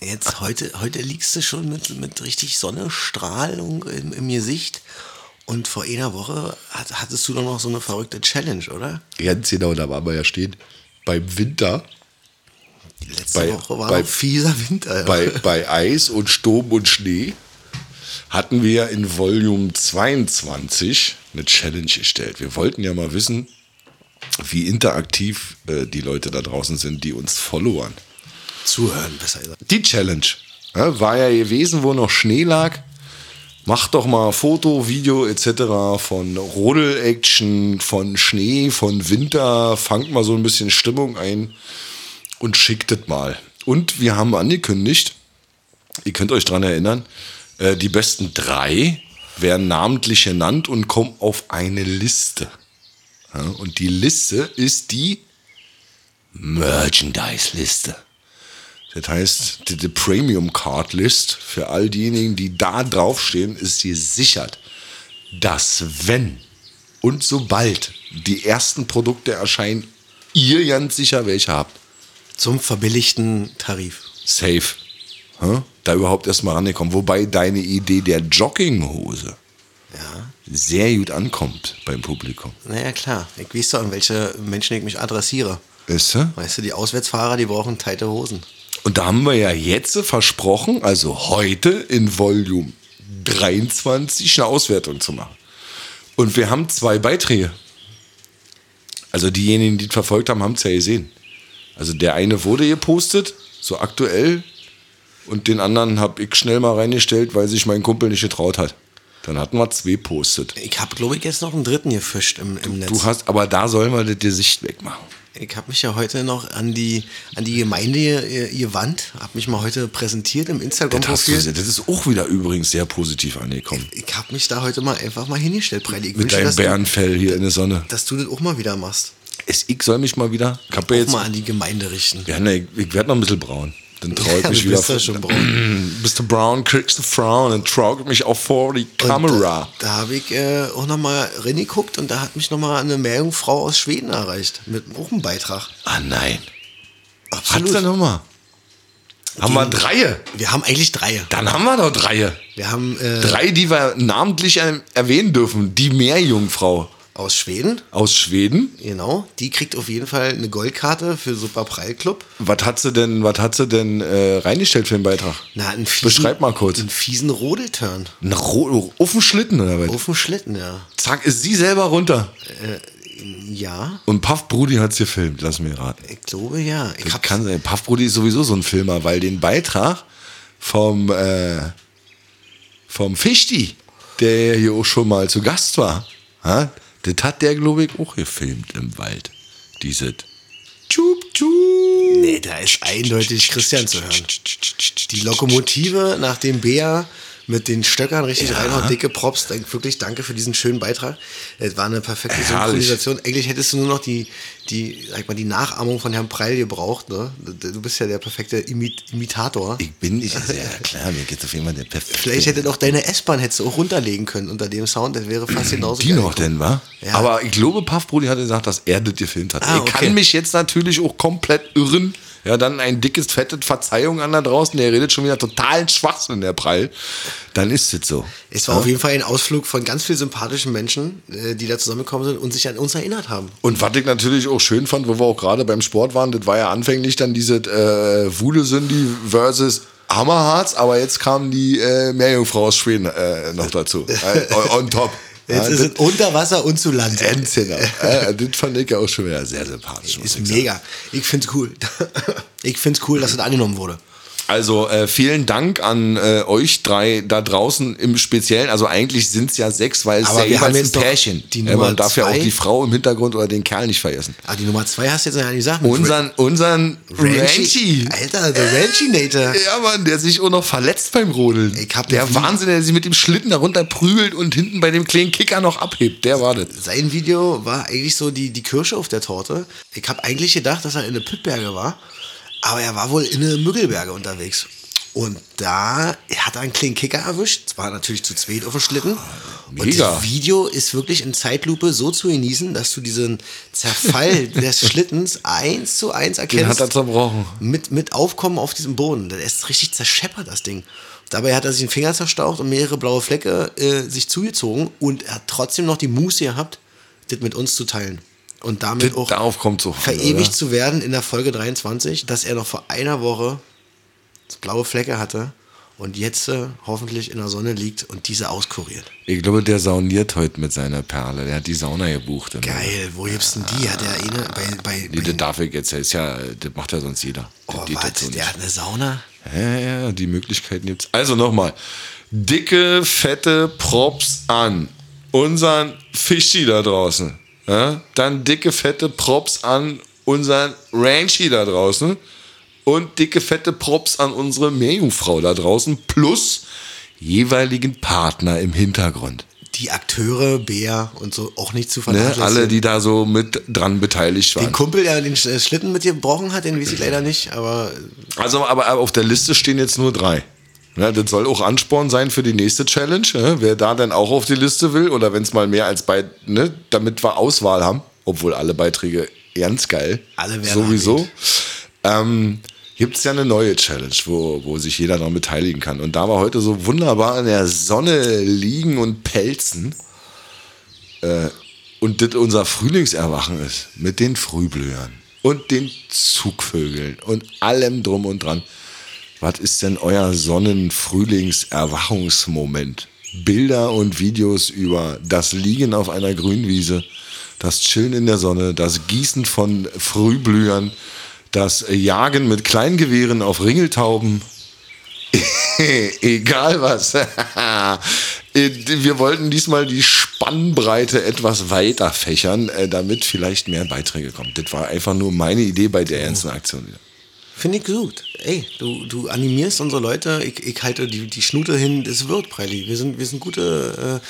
S5: Jetzt, heute, heute liegst du schon mit, mit richtig Sonnenstrahlung im, im Gesicht. Und vor einer Woche hat, hattest du doch noch so eine verrückte Challenge, oder?
S4: Ganz genau, da waren wir ja stehen. Beim Winter,
S5: Die letzte
S4: Bei-
S5: Woche war
S4: bei-
S5: noch fieser Winter.
S4: bei, bei Eis und Sturm und Schnee, hatten wir ja in Volume 22 eine Challenge gestellt. Wir wollten ja mal wissen, wie interaktiv äh, die Leute da draußen sind, die uns followern.
S5: Zuhören, besser gesagt.
S4: Die Challenge ja, war ja gewesen, wo noch Schnee lag. Mach doch mal Foto, Video etc. von Rodel-Action, von Schnee, von Winter. Fangt mal so ein bisschen Stimmung ein und schickt es mal. Und wir haben angekündigt, ihr könnt euch dran erinnern, äh, die besten drei werden namentlich genannt und kommen auf eine Liste. Ja, und die Liste ist die Merchandise-Liste. Das heißt, die, die Premium Card List für all diejenigen, die da draufstehen, ist gesichert, dass wenn und sobald die ersten Produkte erscheinen, ihr ganz sicher welche habt.
S5: Zum verbilligten Tarif.
S4: Safe. Hä? Da überhaupt erstmal rangekommen. Wobei deine Idee der Jogginghose
S5: Ja.
S4: sehr gut ankommt beim Publikum.
S5: Naja, klar. Ich weiß doch, an welche Menschen ich mich adressiere.
S4: Weißt du?
S5: Weißt du, die Auswärtsfahrer, die brauchen teite Hosen.
S4: Und da haben wir ja jetzt versprochen, also heute in Volume 23 eine Auswertung zu machen. Und wir haben zwei Beiträge. Also diejenigen, die es verfolgt haben, haben es ja gesehen. Also der eine wurde gepostet, so aktuell, und den anderen habe ich schnell mal reingestellt, weil sich mein Kumpel nicht getraut hat. Dann hatten wir zwei postet.
S5: Ich habe, glaube ich, jetzt noch einen dritten gefischt im, im Netz.
S4: Du hast, aber da sollen wir das Gesicht wegmachen.
S5: Ich habe mich ja heute noch an die, an die Gemeinde äh, gewandt, habe mich mal heute präsentiert im
S4: Das, hast du,
S5: Instagram-Profil.
S4: das ist auch wieder übrigens sehr positiv angekommen.
S5: Ich habe mich da heute mal einfach mal hingestellt, Breidi. Ich
S4: Mit
S5: wünsche,
S4: deinem
S5: dass du,
S4: Bärenfell hier in der Sonne.
S5: dass du das auch mal wieder machst.
S4: Es, ich soll mich mal wieder. Ich hab ja
S5: Auch
S4: jetzt.
S5: mal an die Gemeinde richten.
S4: Ja, ne, ich, ich werde noch ein bisschen braun. Dann traue ich
S5: Ja,
S4: mich
S5: du
S4: wieder.
S5: bist ja schon braun.
S4: Bist du braun, kriegst du Frauen und traue ich mich auch vor die
S5: Und
S4: Kamera.
S5: Da, da habe ich äh, auch nochmal reingeguckt und da hat mich nochmal eine Meerjungfrau aus Schweden erreicht. Mit auch einem Beitrag.
S4: Ah, nein. Hat's
S5: Absolut.
S4: denn nochmal? Haben wir drei?
S5: Wir haben eigentlich drei.
S4: Dann haben wir doch drei.
S5: Wir haben äh,
S4: Drei, die wir namentlich ähm, erwähnen dürfen. Die Meerjungfrau
S5: aus Schweden,
S4: aus Schweden.
S5: genau. Die kriegt auf jeden Fall eine Goldkarte für Super Prall Club.
S4: Was hat sie denn, was hat sie denn äh, reingestellt für den Beitrag?
S5: Na, einen fiesen,
S4: Beschreib mal kurz.
S5: Einen fiesen Rodelturn.
S4: Ein Ro- auf dem Schlitten oder was?
S5: Auf dem Schlitten, ja.
S4: Zack, ist sie selber runter.
S5: Ja,
S4: Und Puff Brudi hat's gefilmt, lass mir raten.
S5: ich glaube ja. Ich
S4: Das
S5: hab,
S4: kann sein. Puff Brody ist sowieso so ein Filmer, weil den Beitrag vom, äh, vom Fichti, der ja hier auch schon mal zu Gast war, ha?
S8: Das hat der, glaube ich, auch gefilmt im Wald. Dieses Tschub, Tschub.
S5: Nee, da ist eindeutig Christian zu hören. Die Lokomotive nach dem Bär mit den Stöckern richtig reinhaut, dicke Props. Dank- Wirklich danke für diesen schönen Beitrag. Es war eine perfekte
S8: Herrlich.
S5: Synchronisation. Eigentlich hättest du nur noch die, die, sag mal, die Nachahmung von Herrn Preil gebraucht. Ne? Du bist ja der perfekte Imit Imitator.
S8: Ich bin nicht sehr klar, mir geht auf jeden Fall der perfekte.
S5: Vielleicht hätte auch deine S-Bahn hättest du auch runterlegen können unter dem Sound. Das wäre fast genauso
S8: die
S5: geil.
S8: noch denn, wa?
S5: Ja.
S8: Aber ich glaube, Puff Brody hat gesagt, dass er das gefilmt hat.
S5: Ah,
S8: ich
S5: okay.
S8: kann mich jetzt natürlich auch komplett irren. Ja, dann ein dickes, fettes Verzeihung an da draußen. Der redet schon wieder totalen Schwachsinn, der Prall. Dann ist es so.
S5: Es war auf jeden Fall ein Ausflug von ganz vielen sympathischen Menschen, äh, die da zusammengekommen sind und sich an uns erinnert haben.
S4: Und was ich natürlich auch schön fand, wo wir auch gerade beim Sport waren, das war ja anfänglich dann diese äh, Wude Cindy versus Hammerharz, aber jetzt kam die äh, Meerjungfrau aus Schweden äh, noch dazu. Äh, on top.
S5: Jetzt
S4: ja,
S5: ist es unter Wasser und zu Land.
S4: das, genau. äh, das fand ich ja auch schon wieder sehr sympathisch. muss
S5: Ist
S4: ich
S5: mega. Ich find's cool. Ich find's cool, dass es angenommen wurde.
S4: Also äh, vielen Dank an äh, euch drei da draußen im Speziellen. Also eigentlich sind es ja sechs, weil es
S5: Aber
S4: ja
S5: wir haben jetzt
S4: jeweils ein
S5: doch
S4: Pärchen.
S5: die
S4: Ja,
S5: Nummer
S4: man darf ja auch
S5: zwei.
S4: die Frau im Hintergrund oder den Kerl nicht vergessen.
S5: Ah, die Nummer zwei hast du jetzt noch gar nicht gesagt. Mit
S4: Unseren, unseren
S5: Ranchi.
S4: Ranchi.
S5: Alter, der Ranchinator.
S4: Ja, Mann, der sich auch noch verletzt beim Rodeln.
S5: Ich hab
S4: der
S5: nie-
S4: Wahnsinn, der sich mit dem Schlitten darunter prügelt und hinten bei dem kleinen Kicker noch abhebt. Der war das.
S5: Sein Video war eigentlich so die, die Kirsche auf der Torte. Ich habe eigentlich gedacht, dass er in der Pittberge war, aber er war wohl in der Müggelberge unterwegs. Und da hat er einen kleinen Kicker erwischt. Es war natürlich zu zweit auf dem Schlitten. Und
S4: Ah, Mega.
S5: das Video ist wirklich in Zeitlupe so zu genießen, dass du diesen Zerfall des Schlittens eins zu eins erkennst.
S4: Den hat er zerbrochen.
S5: mit, mit Aufkommen auf diesem Boden. Das ist richtig zerscheppert, das Ding. Dabei hat er sich den Finger zerstaucht und mehrere blaue Flecke äh, sich zugezogen und er hat trotzdem noch die Muße gehabt, das mit uns zu teilen. Und damit
S4: Das-
S5: auch
S4: darauf kommt's auch an,
S5: verewigt
S4: oder?
S5: zu werden in der Folge 23, dass er noch vor einer Woche blaue Flecke hatte und jetzt äh, hoffentlich in der Sonne liegt und diese auskuriert.
S4: Ich glaube, der sauniert heute mit seiner Perle. Der hat die Sauna gebucht.
S5: Geil, wo gibt's denn die? Hat er eine bei, bei,
S4: Nee, das
S5: bei
S4: darf ich jetzt. Das, ist ja, das macht ja sonst jeder. Das
S5: oh,
S4: geht jetzt so
S5: warte,
S4: nicht.
S5: der hat eine Sauna?
S4: Ja, ja, ja, Äh, die Möglichkeiten gibt's. Also nochmal. Dicke, fette Props an unseren Fischi da draußen. Ja? Dann dicke, fette Props an unseren Ranchi da draußen. Und dicke, fette Props an unsere Meerjungfrau da draußen. Plus jeweiligen Partner im Hintergrund.
S5: Die Akteure, Bär und so auch nicht zu
S4: Ne?
S5: vernachlässigen.
S4: Alle, die da so mit dran beteiligt waren.
S5: Den Kumpel, der den Sch- äh, Schlitten mit dir gebrochen hat, den weiß ich leider nicht, aber
S4: Also, aber aber auf der Liste stehen jetzt nur drei. Ja, das soll auch Ansporn sein für die nächste Challenge. Ne? Wer da dann auch auf die Liste will oder wenn es mal mehr als bei, ne, damit wir Auswahl haben, obwohl alle Beiträge ganz geil.
S5: Alle werden
S4: Sowieso. Ähm, Gibt es ja eine neue Challenge, wo, wo sich jeder daran beteiligen kann. Und da wir heute so wunderbar in der Sonne liegen und pelzen äh, und das unser Frühlingserwachen ist mit den Frühblühern und den Zugvögeln und allem drum und dran, was ist denn euer Sonnen-Frühlings-Erwachungsmoment? Bilder und Videos über das Liegen auf einer Grünwiese, das Chillen in der Sonne, das Gießen von Frühblühern, das Jagen mit Kleingewehren auf Ringeltauben. Egal was. Äh, Wir wollten diesmal die Spannbreite etwas weiter fächern, äh, damit vielleicht mehr Beiträge kommen. Das war einfach nur meine Idee bei der ganzen Aktion. wieder.
S5: finde ich gut. Ey, du, du animierst unsere Leute, ich, ich halte die, die Schnute hin, es wird, Preili. Wir sind, wir sind gute äh,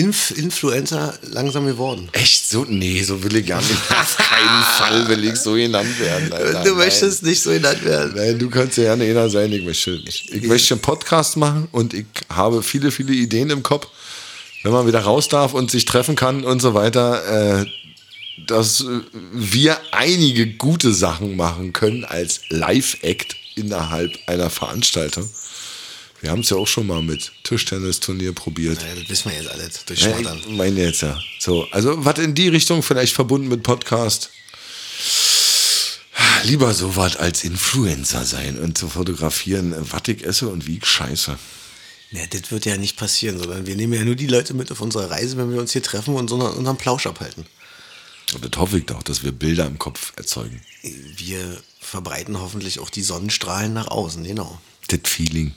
S5: Inf Influencer langsam geworden.
S4: Echt so? Nee, so will ich gar nicht. Auf keinen Fall will ich so genannt werden. Alter.
S5: Äh, du möchtest nicht so genannt werden.
S4: Nein, du kannst ja gerne einer sein. Ich möchte, nicht. ich möchte einen Podcast machen und ich habe viele, viele Ideen im Kopf. Wenn man wieder raus darf und sich treffen kann und so weiter, äh, dass äh, wir einige gute Sachen machen können als Live-Act innerhalb einer Veranstaltung. Wir haben es ja auch schon mal mit Tischtennisturnier probiert.
S5: Ja, das wissen wir jetzt alles durch
S4: Ja,
S5: Schmattern.
S4: ich meine jetzt ja. So, also was in die Richtung vielleicht verbunden mit Podcast. Lieber so was als Influencer sein und zu fotografieren, was ich esse und wie ich scheiße.
S5: Na, das wird ja nicht passieren, sondern wir nehmen ja nur die Leute mit auf unsere Reise, wenn wir uns hier treffen und so unseren Plausch abhalten.
S4: Und das hoffe ich doch, dass wir Bilder im Kopf erzeugen.
S5: Wir verbreiten hoffentlich auch die Sonnenstrahlen nach außen, genau.
S4: Das Feeling.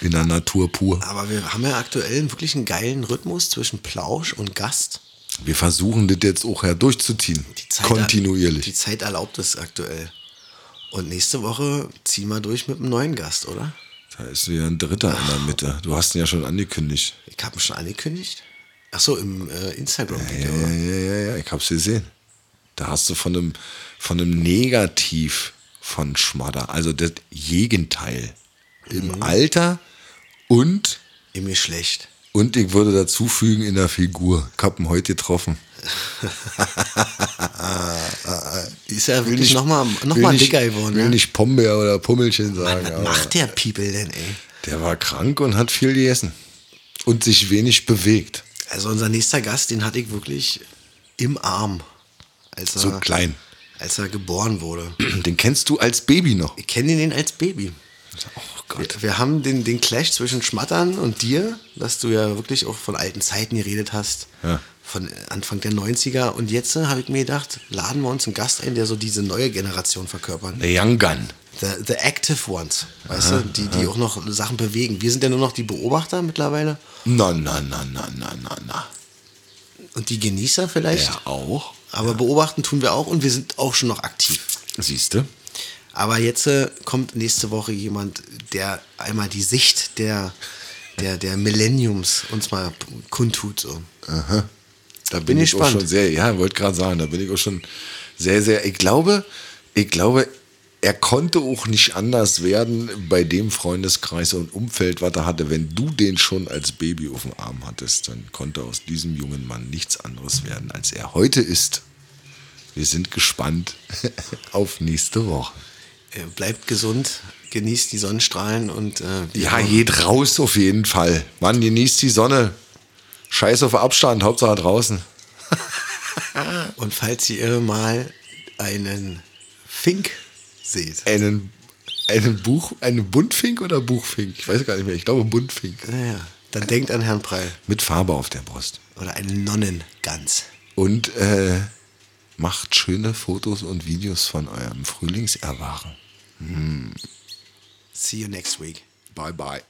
S4: In der Natur pur.
S5: Aber wir haben ja aktuell wirklich einen geilen Rhythmus zwischen Plausch und Gast.
S4: Wir versuchen das jetzt auch her durchzuziehen.
S5: Die Zeit, Die
S4: Kontinuierlich.
S5: Zeit erlaubt es aktuell. Und nächste Woche ziehen wir durch mit einem neuen Gast, oder?
S4: Da ist wieder ein Dritter in der Mitte. Du hast ihn ja schon angekündigt.
S5: Ich habe ihn schon angekündigt. Ach so, im äh,
S4: Ja,
S5: Instagram-Video.
S4: ja, ja, ja, ja, ich hab's gesehen. Da hast du von einem, von einem Negativ von Schmadder, also das Gegenteil. Im
S5: Mhm.
S4: Alter und,
S5: In mir schlecht.
S4: und ich würde dazu fügen, in der Figur. Ich hab ihn heute getroffen.
S5: Ist ja wirklich nochmal noch
S4: will
S5: mal
S4: nicht-
S5: dicker geworden.
S4: Will
S5: Ne?
S4: nicht Pombeer oder Pummelchen sagen.
S5: Was
S4: aber
S5: macht der People denn, ey?
S4: Der war krank und hat viel gegessen. Und sich wenig bewegt.
S5: Also unser nächster Gast, den hatte ich wirklich im Arm, als er,
S4: So klein.
S5: Als er geboren wurde.
S4: Den kennst du als Baby noch.
S5: Ich kenne den als Baby.
S4: Oh
S5: Wir, wir haben den, den Clash zwischen Schmattern und dir, dass du ja wirklich auch von alten Zeiten geredet hast.
S4: Ja.
S5: Von Anfang der 90er. Und jetzt äh, habe ich mir gedacht, laden wir uns einen Gast ein, der so diese neue Generation verkörpern.
S4: Der Young Gun.
S5: The, the active ones, weißt du, die, die auch noch Sachen bewegen. Wir sind ja nur noch die Beobachter mittlerweile
S4: Na, na, na, na, na, na, na.
S5: und die Genießer vielleicht.
S4: Der auch.
S5: Aber beobachten tun wir auch und wir sind auch schon noch aktiv.
S4: Siehst du?
S5: Aber jetzt äh, kommt nächste Woche jemand, der einmal die Sicht der, der, der Millenniums uns mal p- kundtut. So.
S4: Da bin, ich auch
S5: gespannt.
S4: schon sehr, ja, wollte gerade sagen, da bin ich auch schon sehr, sehr, ich glaube, ich glaube, er konnte auch nicht anders werden bei dem Freundeskreis und Umfeld, was er hatte. Wenn du den schon als Baby auf dem Arm hattest, dann konnte aus diesem jungen Mann nichts anderes werden, als er heute ist. Wir sind gespannt auf nächste Woche.
S5: Äh, bleibt gesund, genießt die Sonnenstrahlen und äh,
S4: Ja, geht raus auf jeden Fall. Mann, genießt die Sonne. Scheiß auf Abstand, Hauptsache draußen.
S5: und falls ihr mal einen Fink seht.
S4: einen, einen Buch, einen Buntfink oder Buchfink? Ich weiß gar nicht mehr. Ich glaube Buntfink.
S5: Naja, dann denkt an Herrn Preil
S4: Mit Farbe auf der Brust.
S5: oder einen Nonnengans.
S4: Und äh, macht schöne Fotos und Videos von eurem Frühlingserwachen.
S5: See you next week.
S4: Bye bye.